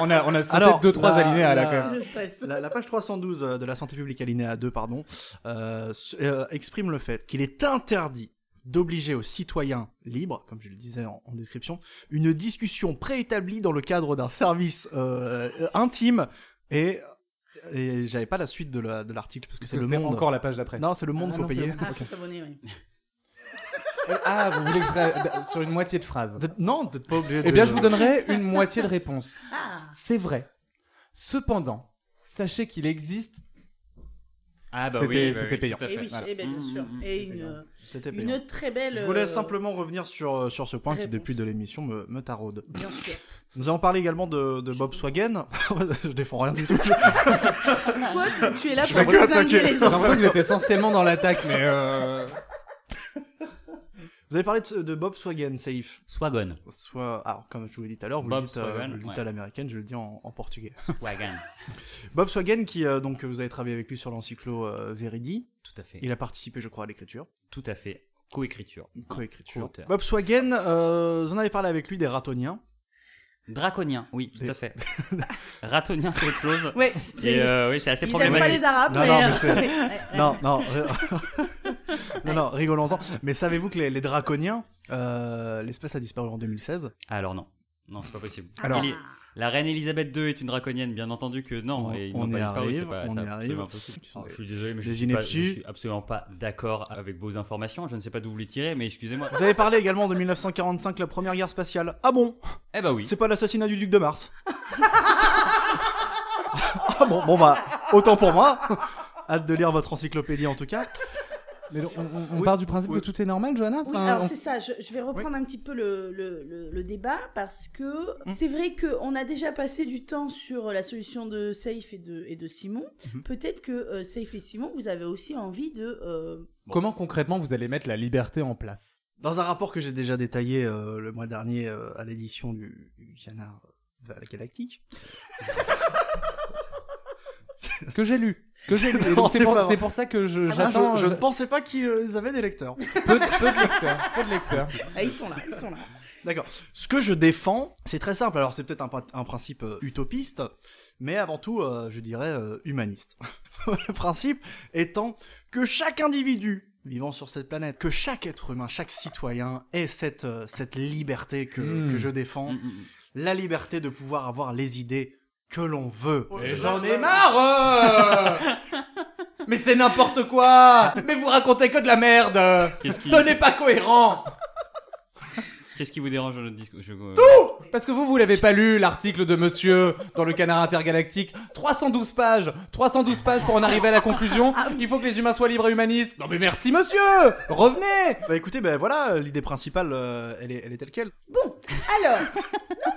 On a, on a sauté Alors, 2-3 la- alinéas là la- quand même. Je stresse. la- la page 312 euh, de la santé publique, alinéa 2, pardon, euh, s- euh, exprime le fait qu'il est interdit d'obliger aux citoyens libres, comme je le disais en, en description, une discussion préétablie dans le cadre d'un service euh, euh, intime et, et j'avais pas la suite de la- de l'article parce que c'est Parce le que c'était monde. encore la page d'après. Non, c'est le monde, Ah, faut non, c'est payer. le Ah, faut s'abonner, oui. Euh, Ah, vous voulez que je ra- sur une moitié de phrase D'être- Non, t'es pas obligé. Eh de- bien, je vous donnerai une moitié de réponse. Ah, C'est vrai. Cependant, sachez qu'il existe. Ah, bah C'était- oui, bah c'était oui, payant. tout à et fait. oui, voilà. eh ben, bien Mmh, Mm, sûr. mm, mm, et c'est une, C'était payant. une très belle. Je voulais euh, simplement revenir sur, euh, sur ce point qui, réponse. depuis de l'émission, me, me taraude. Bien sûr. Nous avons parlé également de, de Bob Swagen. je défends rien du tout. Toi, tu- tu es là Je pour vais que désinguer attaquer. les J'ai autres. l'impression que vous êtes essentiellement dans l'attaque, mais. euh, Vous avez parlé de, de Bob Swagen, safe. Swagon. Soit, alors, comme je vous l'ai dit tout à l'heure, vous Bob le dites, euh, Swagen, vous le dites ouais. à l'américaine, je le dis en, en portugais. Swagon. Bob Swagen, qui, euh, donc, vous avez travaillé avec lui sur l'encyclo euh, Veridi. Tout à fait. Il a participé, je crois, à l'écriture. Tout à fait. Coécriture. Coécriture. Co-auteur. Bob Swagen, euh, vous en avez parlé avec lui des ratoniens. Draconien, oui, tout à fait. Ratonien, c'est autre chose. Ouais, Et c'est. euh, oui, c'est assez Ils aiment pas problématique. les Arabes, Non, mais. non, euh, mais c'est- ouais, ouais. Non, non, ri- non, non, rigolons-en. Mais savez-vous que les, les draconiens, euh, l'espèce a disparu en 2016 Ah, Alors non. Non, c'est pas possible. Ah, Alors- Il est- la reine Elisabeth II est une draconienne, bien entendu que non. On- et ils on n'ont pas y disparu, arrive, c'est pas- on c'est y arrive. absolument impossible. Qui sont Alors, des- je suis désolé, mais je des suis, pas- je inepties. suis absolument pas d'accord avec vos informations. Je ne sais pas d'où vous les tirez, mais excusez-moi. Vous avez parlé également de 1945, la première guerre spatiale. Ah bon Eh bah oui. C'est pas l'assassinat du duc de Mars Ah bon, bon bah, autant pour moi. Hâte de lire votre encyclopédie en tout cas. mais on on- on Oui, part du principe oui. que tout est normal, Johanna Oui, Enfin, alors on- c'est ça, je, je vais reprendre un petit peu le, le- le- le débat parce que Hmm. c'est vrai qu'on a déjà passé du temps sur la solution de Safe et de, et de Simon. Peut-être que euh, Safe et Simon, vous avez aussi envie de... euh, Comment concrètement vous allez mettre la liberté en place Dans un rapport que j'ai déjà détaillé euh, le mois dernier euh, à l'édition du, du Canard euh, Galactique. Que j'ai lu. Que j'ai lu. Et Non, donc, c'est C'est pour, pas vrai. c'est pour ça que Ah, bah, je- j'attends. je, je Ah, bah, je- ne pensais pas qu'ils euh, avaient des lecteurs. peu, de- peu de lecteurs. Peu de lecteurs. Ah, ils sont là, ils sont là. D'accord. Ce que je défends, c'est très simple. Alors, c'est peut-être un, prin- un principe euh, utopiste, mais avant tout, euh, je dirais euh, humaniste. le principe étant que chaque individu vivant sur cette planète, que chaque être humain, chaque citoyen ait cette, euh, cette liberté que, Mm. que je défends, Mm, mm, mm. la liberté de pouvoir avoir les idées que l'on veut. Et j'en ai marre euh Mais c'est n'importe quoi Mais vous racontez que de la merde Qu'est-ce qui- Ce n'est pas cohérent Qu'est-ce qui vous dérange dans notre discours Tout Parce que vous, vous l'avez pas lu, l'article de monsieur dans le canard intergalactique. 312 pages 312 pages pour en arriver à la conclusion. Ah Il faut que les humains soient libres et humanistes. Non mais merci monsieur Revenez Bah écoutez, ben voilà, l'idée principale, euh, elle, est, elle est telle quelle. Bon, alors,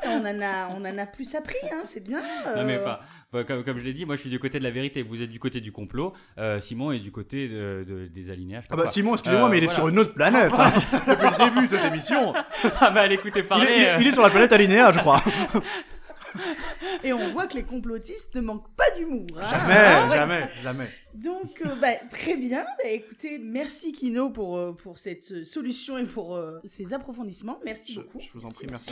mais on en a, on en a plus appris, hein, c'est bien. euh, Non mais pas. pas- Comme, comme je l'ai dit, moi je suis du côté de la vérité. Vous êtes du côté du complot. Euh, Simon est du côté de, de- des alinéas. je sais Ah bah pas quoi. Simon, excusez-moi, Euh, mais il est voilà. sur une autre planète. hein. Depuis le début de cette émission, Ah bah l'écoutez il parler. est, il est- euh, il est sur la planète Alinéa, je crois. Et on voit que les complotistes ne manquent pas d'humour. hein. Ah Jamais, ouais. jamais, jamais. Donc, euh, bah, très bien. Bah, écoutez, merci Kino pour, euh, pour cette euh, solution et pour euh, ces approfondissements. Merci Je, beaucoup. je vous en prie, merci.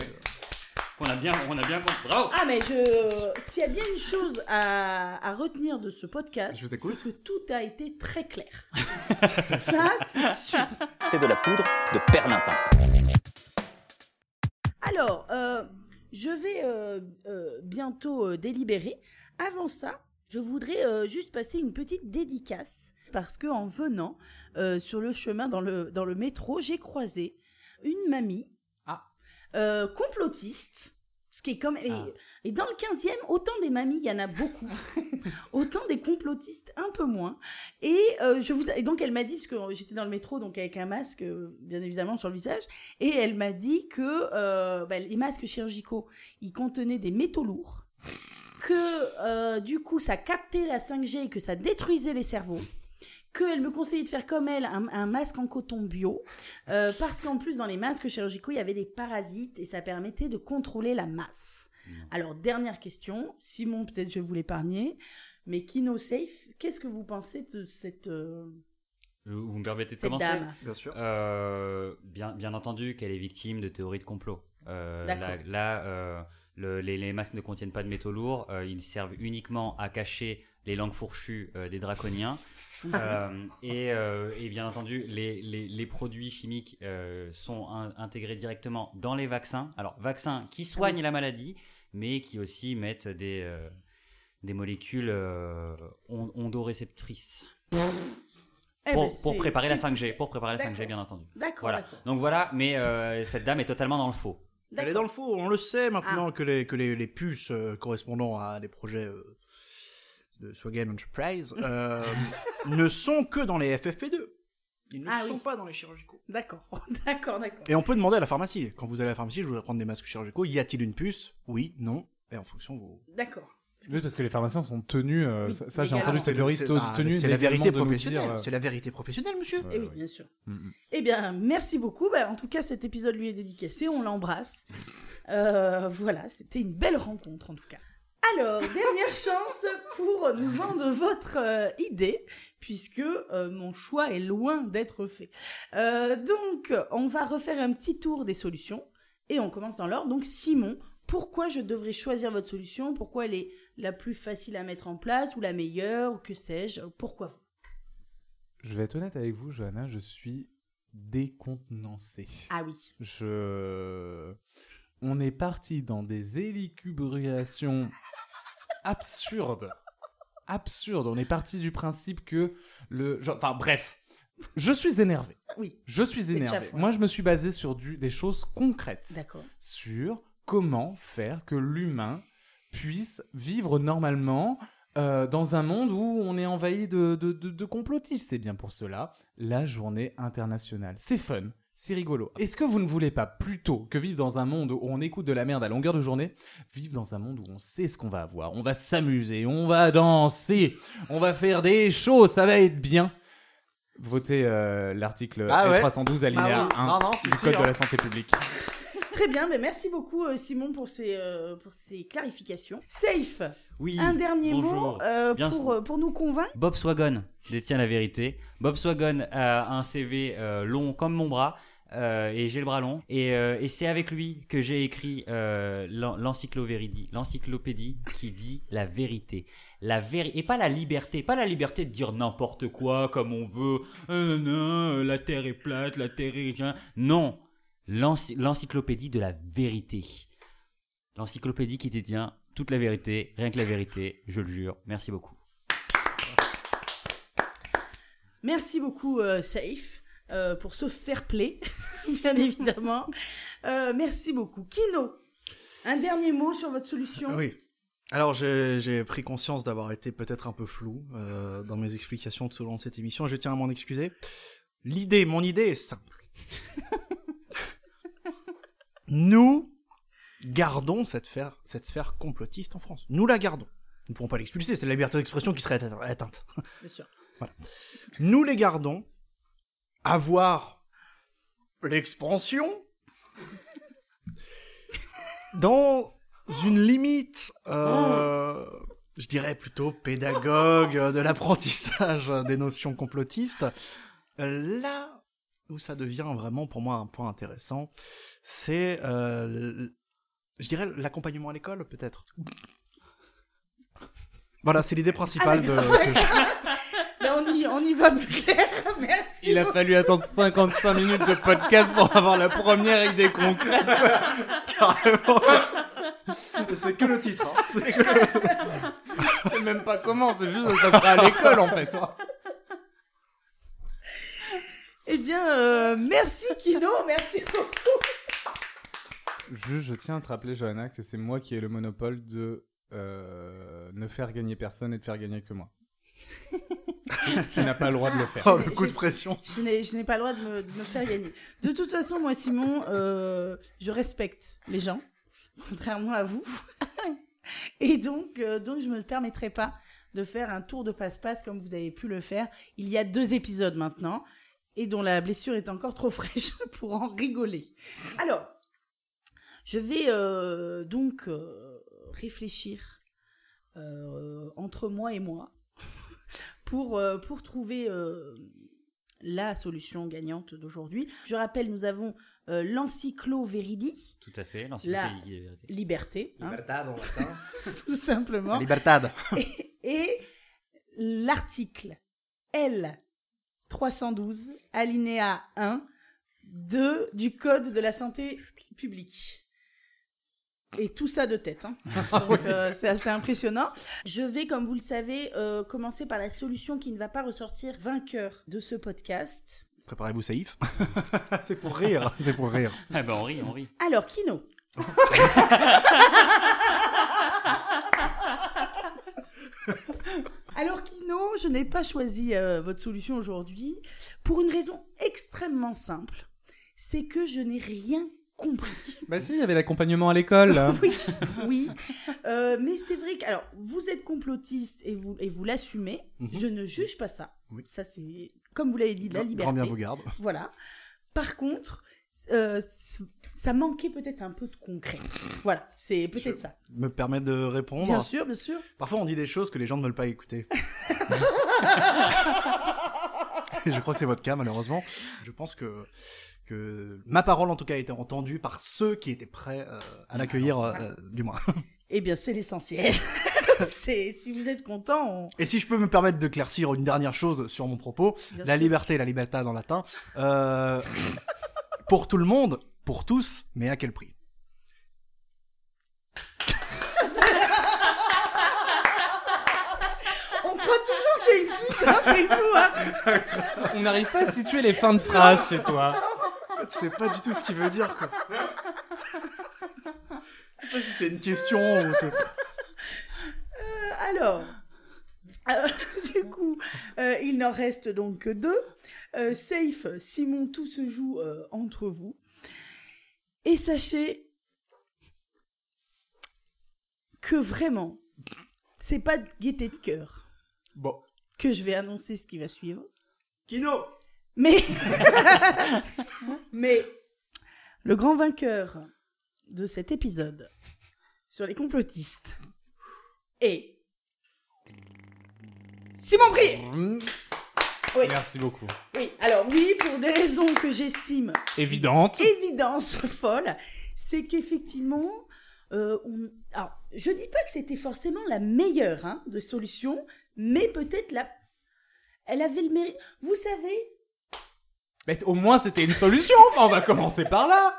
qu'on a bien, on a bien compris. Bravo. Ah, mais je... s'il y a bien une chose à, à retenir de ce podcast, Je vous c'est écoute. que tout a été très clair. Ça, c'est sûr. C'est de la poudre de perlimpin. Alors, euh, je vais euh, euh, bientôt euh, délibérer. Avant ça, je voudrais euh, juste passer une petite dédicace parce que en venant euh, sur le chemin dans le, dans le métro, j'ai croisé une mamie Ah. euh, complotiste. Ce qui est comme et, Ah. et dans le 15e, autant des mamies, il y en a beaucoup, autant des complotistes un peu moins. Et euh, je vous et donc elle m'a dit parce que j'étais dans le métro donc avec un masque euh, bien évidemment sur le visage et elle m'a dit que euh, bah, les masques chirurgicaux, ils contenaient des métaux lourds, que euh, du coup ça captait la 5G et que ça détruisait les cerveaux, qu'elle me conseillait de faire comme elle un, un masque en coton bio, euh, parce qu'en plus dans les masques chirurgicaux, il y avait des parasites et ça permettait de contrôler la masse. Mmh. Alors dernière question, Simon peut-être je vais vous l'épargner, mais Kino Safe, qu'est-ce que vous pensez de cette, euh, Vous vous me permettez de cette commencer dame Bien sûr. Euh, bien, bien entendu qu'elle est victime de théories de complot. Euh, D'accord. là, là, euh, le- les, les masques ne contiennent pas de métaux lourds. euh, ils servent uniquement à cacher les langues fourchues euh, des draconiens. Euh, et, euh, et bien entendu, les, les- les produits chimiques euh, sont in- intégrés directement dans les vaccins. Alors, vaccins qui soignent la maladie, mais qui aussi mettent des, euh, des molécules euh, on- ondoréceptrices Eh pour, ben, pour c'est- préparer la c'est- 5G. Pour préparer la D'accord. 5G, bien entendu. D'accord, Voilà. d'accord. Donc voilà, mais euh, cette dame est totalement dans le faux. Elle est d'accord. dans le faux, on le sait Ah. maintenant que, les, que les, les puces euh, correspondant à des projets euh, de Swagen Enterprise euh, ne sont que dans les FFP2. Ils ne Ah sont oui. pas dans les chirurgicaux. D'accord, d'accord, d'accord. Et on peut demander à la pharmacie. Quand vous allez à la pharmacie, je voudrais prendre des masques chirurgicaux. Y a-t-il une puce Oui, non. Et en fonction, vous. D'accord. Oui, parce que les pharmaciens sont tenus. euh, Oui, ça, ça, j'ai légalement. entendu cette théorie C'est- to- ah, tenue. C'est la légalement vérité de nous dire, professionnelle. euh, Bah C'est la vérité professionnelle, monsieur. Eh oui, ouais. bien sûr. Mm, mm. Eh bien, merci beaucoup. Bah, en tout cas, cet épisode lui est dédicacé. On l'embrasse. Euh, voilà, c'était une belle rencontre en tout cas. Alors, dernière chance pour nous vendre votre euh, idée, puisque euh, mon choix est loin d'être fait. Euh, donc, on va refaire un petit tour des solutions et on commence dans l'ordre. Donc, Simon, pourquoi je devrais choisir votre solution Pourquoi elle est la plus facile à mettre en place ou la meilleure ou que sais-je Pourquoi vous euh, Je vais être honnête avec vous, Johanna, je suis décontenancé. Ah oui. Je. On est parti dans des élucubrations absurdes. Absurdes. On est parti du principe que le. genre- Enfin, bref. Je suis énervé. Oui. Je suis C'est énervé. chafouin. Moi, je me suis basé sur du, des choses concrètes. D'accord. sur comment faire que l'humain puisse vivre normalement euh, dans un monde où on est envahi de, de- de- de complotistes. Et bien pour cela, la journée internationale. C'est fun, c'est rigolo. Est-ce que vous ne voulez pas plutôt que vivre dans un monde où on écoute de la merde à longueur de journée, vivre dans un monde où on sait ce qu'on va avoir, on va s'amuser, on va danser, on va faire des choses, ça va être bien Votez euh, l'article Ah ouais. 312 alinéa 1 Non, non, du c'est Code sûr. de la santé publique. Très bien, mais merci beaucoup euh, Simon pour ces, euh, pour ces clarifications. Safe, Oui. un dernier bonjour. mot euh, Bien pour, sûr. euh, pour nous convaincre. Bob Swagon détient la vérité. Bob Swagon a un CV euh, long comme mon bras. euh, et j'ai le bras long. Et, euh, et c'est avec lui que j'ai écrit euh, l'en- l'encyclovéridi- l'encyclopédie qui dit la vérité. La véri- et pas la liberté. Pas la liberté de dire n'importe quoi comme on veut. Euh, non, euh, la terre est plate, la terre est... rien. Non. L'ency- L'encyclopédie de la vérité. L'encyclopédie qui détient toute la vérité, rien que la vérité, je le jure. Merci beaucoup. Merci beaucoup euh, Safe euh, pour ce fair play, bien évidemment. Euh, merci beaucoup. Kino, un dernier mot sur votre solution. Oui. Alors j'ai j'ai pris conscience d'avoir été peut-être un peu flou euh, dans mes explications tout au long de cette émission. Je tiens à m'en excuser. L'idée, mon idée est simple. Nous Gardons cette sphère, cette sphère complotiste en France. Nous la gardons. Nous ne pourrons pas l'expulser, c'est la liberté d'expression qui serait atte- atteinte. Bien sûr. Nous les gardons. Avoir l'expansion dans une limite, euh, je dirais plutôt pédagogue euh, de l'apprentissage des notions complotistes. Euh, Là où ça devient vraiment pour moi un point intéressant, c'est, euh, l- je dirais, l'accompagnement à l'école peut-être. Voilà, c'est l'idée principale de. que je- Là, Ben, on y, on y va plus clair. Merci. Il a fallu attendre 55 minutes de podcast pour avoir la première idée concrète. Carrément. C'est que le titre. hein. C'est que- C'est même pas comment, c'est juste que ça sera à l'école en fait. Eh bien, euh, merci Kino, merci beaucoup. Juste, je tiens à te rappeler, Johanna, que c'est moi qui ai le monopole de euh, ne faire gagner personne et de faire gagner que moi. tu n'as pas le droit de le faire. Oh, le coup de pression. Je n'ai, je n'ai pas le droit de me, de me faire gagner. De toute façon, moi, Simon, euh, je respecte les gens, contrairement à vous. Et donc, euh, donc je ne me permettrai pas de faire un tour de passe-passe comme vous avez pu le faire il y a deux épisodes maintenant, et dont la blessure est encore trop fraîche pour en rigoler. Alors, je vais euh, donc euh, réfléchir euh, entre moi et moi pour, euh, pour trouver... euh, la solution gagnante d'aujourd'hui. Je rappelle, nous avons euh, l'encyclo Veridi, Tout à fait, l'ancienneté La- qui est vérité. Eh liberté, hein, Libertad en tout simplement, Libertad. et l'article L312, alinéa 1, 2 du Code de la santé publique. Et tout ça de tête. hein. Donc, euh, c'est assez impressionnant. Je vais, comme vous le savez, euh, commencer par la solution qui ne va pas ressortir vainqueur de ce podcast. Préparez-vous, Saïf. c'est pour rire. C'est pour rire. Ah ben on rit, on rit. Alors, Kino, Alors Kino, je n'ai pas choisi euh, votre solution aujourd'hui pour une raison extrêmement simple. C'est que je n'ai rien compris. Bah si, il y avait l'accompagnement à l'école. Ah. là. Oui, oui. Euh, mais c'est vrai que alors vous êtes complotiste et vous et vous l'assumez. Mhm. Je ne juge pas ça. Oui. Ça c'est comme vous l'avez dit la liberté. Grand bien vous garde. Voilà. Par contre, euh, c- ça manquait peut-être un peu de concret. Voilà, c'est peut-être Je- ça. Me permet de répondre. Bien sûr, bien sûr. Parfois, on dit des choses que les gens ne veulent pas écouter. je crois que c'est votre cas, malheureusement. Je pense que, que ma parole, en tout cas, a été entendue par ceux qui étaient prêts euh, à l'accueillir, euh, du moins. Eh bien, c'est l'essentiel. C'est si vous êtes content, on... Et si je peux me permettre d'éclaircir une dernière chose sur mon propos, Bien la sûr. liberté, la libertad en latin, euh, pour tout le monde, pour tous, mais à quel prix On croit toujours qu'il y a une suite, hein, c'est fou, hein On n'arrive pas à situer les fins de phrase chez toi. Tu sais pas du tout ce qu'il veut dire, quoi. Je sais pas si c'est une question ou c'est- Alors, euh, du coup, euh, il n'en reste donc que deux. Euh, safe, Simon, tout se joue euh, entre vous. Et sachez que vraiment, c'est pas de gaieté de cœur Bon. que je vais annoncer ce qui va suivre. Kino Mais, mais le grand vainqueur de cet épisode sur les complotistes est Simon Brier. Oui. Merci beaucoup. Oui, alors oui, pour des raisons que j'estime Évidente. évidence folle, c'est qu'effectivement, euh, on... alors, je dis pas que c'était forcément la meilleure hein, de solution, mais peut-être la... Elle avait le mérite. Vous savez, Mais au moins c'était une solution. On va commencer par là.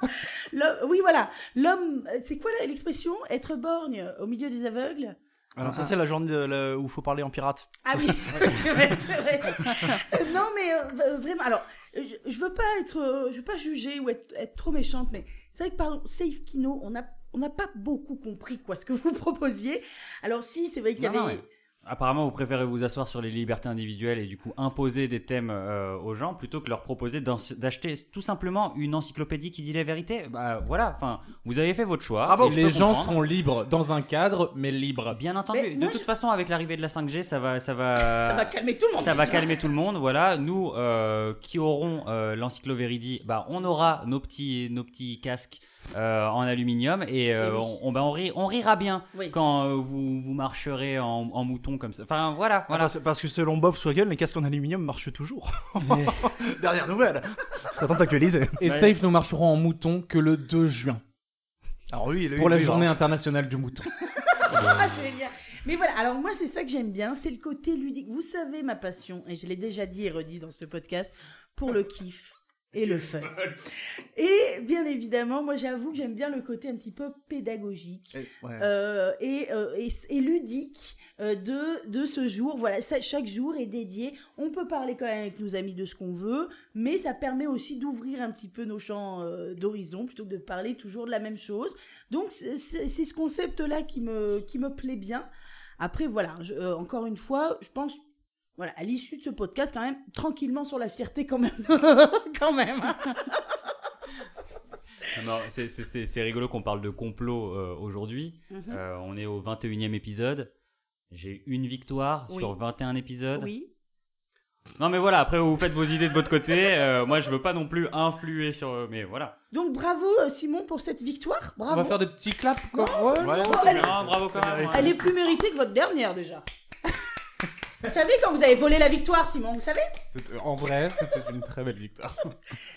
L'homme- oui, voilà. L'homme, euh, c'est quoi la- l'expression Être borgne au milieu des aveugles Alors, ça, c'est la journée de- le- où faut parler en pirate. Ah oui, c'est vrai, c'est vrai. Euh, non, mais euh, v- vraiment, alors, euh, je, je veux pas être, euh, je veux pas juger ou être, être trop méchante, mais c'est vrai que, pardon, Safe Kino, on n'a on n'a pas beaucoup compris, quoi, ce que vous proposiez. Alors, si, c'est vrai qu'il y Non, avait... non, ouais. Apparemment, vous préférez vous asseoir sur les libertés individuelles et du coup imposer des thèmes euh, aux gens plutôt que leur proposer d'en- d'acheter tout simplement une encyclopédie qui dit la vérité. Bah voilà, enfin, vous avez fait votre choix. Bravo. et je les peux gens comprendre. sont libres dans un cadre, mais libres. Bien entendu. Mais de moi, toute je- façon, avec l'arrivée de la 5G, ça va, ça va, Ça va calmer tout le monde. ça va cette calmer tout le monde. Voilà, nous euh, qui aurons euh, l'encyclovéridie, bah on aura nos petits, nos petits casques euh, en aluminium et, euh, Eh oui. on, on- bah, on, ri- on rira bien Oui. quand euh, vous, vous marcherez en, en mouton comme ça. Enfin voilà, voilà. Voilà, c'est Ah, parce que selon Bob Swagel, les casques en aluminium marchent toujours. Dernière nouvelle. Je serais temps de s'actualiser. Et Ouais. Safe, nous marcherons en mouton que le 2 juin, Alors oui, pour la journée internationale du mouton. Ah, c'est bien. Mais voilà, alors moi c'est ça que j'aime bien, c'est le côté ludique. Vous savez ma passion, et je l'ai déjà dit et redit dans ce podcast, pour le kiff et le fun. Et bien évidemment, moi j'avoue que j'aime bien le côté un petit peu pédagogique Eh, euh, et, euh, et, et ludique euh, de, de ce jour. Voilà, ça, chaque jour est dédié. On peut parler quand même avec nos amis de ce qu'on veut, mais ça permet aussi d'ouvrir un petit peu nos champs euh, d'horizon plutôt que de parler toujours de la même chose. Donc c'est c'est- c'est ce concept-là qui me, qui me plaît bien. Après, voilà, je- euh, encore une fois, je pense... Voilà, à l'issue de ce podcast, quand même, tranquillement sur la fierté, quand même. quand même. Ah Non, c'est- c'est c'est- c'est rigolo qu'on parle de complot euh, aujourd'hui. Mhm. Euh, on est au 21e épisode. J'ai une victoire Oui. sur 21 épisodes. Oui. Non mais voilà, après vous faites vos idées de votre côté. Euh, moi je veux pas non plus influer sur... Mais voilà. Donc bravo euh, Simon pour cette victoire. Bravo. Oh, On va faire des petits claps, quoi. Ouais. elle, Non, hein, bravo quand même. elle est plus méritée que votre dernière déjà. vous savez quand vous avez volé la victoire Simon, vous savez C'est- En vrai, c'était une très belle victoire.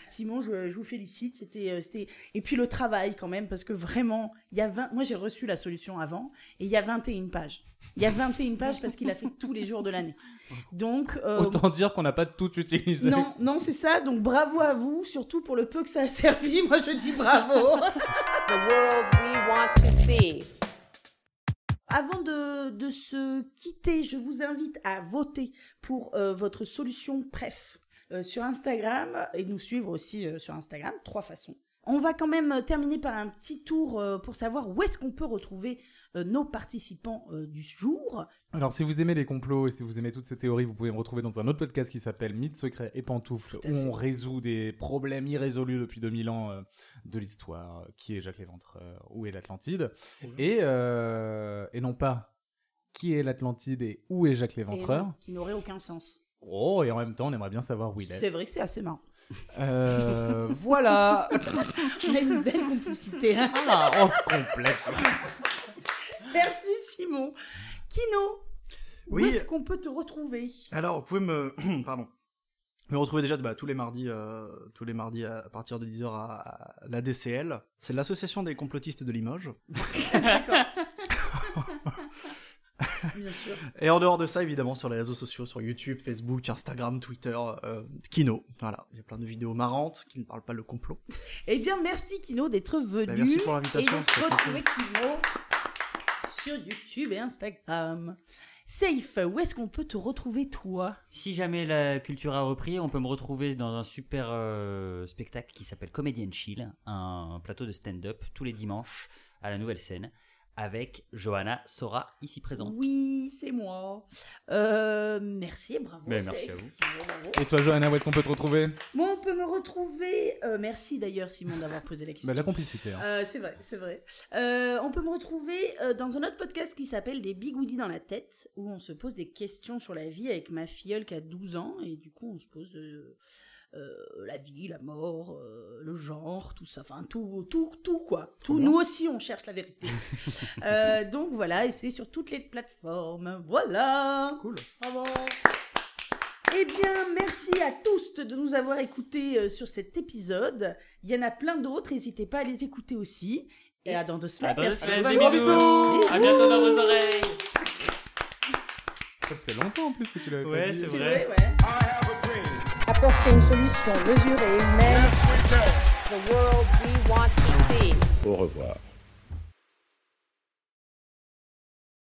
Simon, je, je vous félicite. C'était, euh, c'était... Et puis le travail quand même, parce que vraiment, il y a 20... Moi, j'ai reçu la solution avant, et il y a 21 pages. Il y a 21 pages parce qu'il a fait tous les jours de l'année. Donc... euh, Autant dire qu'on n'a pas tout utilisé. Non, non, c'est ça. Donc bravo à vous, surtout pour le peu que ça a servi. Moi, je dis bravo. The world we want to see. Avant de, de se quitter, je vous invite à voter pour euh, votre solution PREF euh, sur Instagram et nous suivre aussi euh, sur Instagram, trois façons. On va quand même euh, terminer par un petit tour euh, pour savoir où est-ce qu'on peut retrouver euh, nos participants euh, du jour. Alors, si vous aimez les complots et si vous aimez toutes ces théories, vous pouvez me retrouver dans un autre podcast qui s'appelle Mythes, secrets et pantoufles, Tout à où fait. on résout des problèmes irrésolus depuis 2000 ans euh, de l'histoire. Euh, Qui est Jacques Léventreur Où est l'Atlantide et, euh, et non pas qui est l'Atlantide et où est Jacques Et Léventreur oui, qui n'aurait aucun sens. Oh, et en même temps, on aimerait bien savoir où il est. C'est vrai que c'est assez marrant. Euh, voilà On a une belle complicité. hein. Ah, On se complète Merci Simon. Kino, où Oui. est-ce qu'on peut te retrouver Alors, vous pouvez me, pardon, me retrouver déjà bah, tous les mardis, euh, tous les mardis à, à partir de 10h à, à la DCL. C'est l'association des complotistes de Limoges. Bien sûr. Et en dehors de ça, évidemment, sur les réseaux sociaux, sur YouTube, Facebook, Instagram, Twitter, euh, Kino. Voilà, il y a plein de vidéos marrantes qui ne parlent pas le complot. Eh bien, merci Kino d'être venu. Bah, merci pour et l'invitation. de c'était retrouver Kino sur YouTube et Instagram. Safe, où est-ce qu'on peut te retrouver toi Si jamais la culture a repris, on peut me retrouver dans un super euh, spectacle qui s'appelle Comedian Chill, un plateau de stand-up tous les dimanches à la nouvelle scène avec Johanna Sora ici présente. Oui, c'est moi. Euh, merci, et bravo. Mais Safe. merci à vous. Bravo, bravo. Et toi, Johanna, où est-ce qu'on peut te retrouver Moi, on peut me retrouver. euh, merci d'ailleurs, Simon, d'avoir posé la question. bah, La complicité. hein. Euh, c'est vrai, c'est vrai. Euh, on peut me retrouver euh, dans un autre podcast qui s'appelle Des bigoudis dans la tête, où on se pose des questions sur la vie avec ma filleule qui a 12 ans, et du coup on se pose euh, euh, la vie, la mort, euh, le genre, tout ça, enfin tout, tout, tout quoi. Tout, nous aussi on cherche la vérité. Euh, donc voilà, et c'est sur toutes les plateformes. Voilà. Cool. Eh bien, merci à tous de nous avoir écoutés euh, sur cet épisode. Il y en a plein d'autres, n'hésitez pas à les écouter aussi. Et à dans deux semaines. À dans deux Merci. semaines, des Gros bisous. bisous. À bientôt dans vos oreilles. Ça faisait longtemps en plus que tu l'avais Ouais, pas dit. c'est C'est vrai. vrai, ouais. Apporter une solution mesurée et humaine. Last weekend. The world we want to see. Au revoir.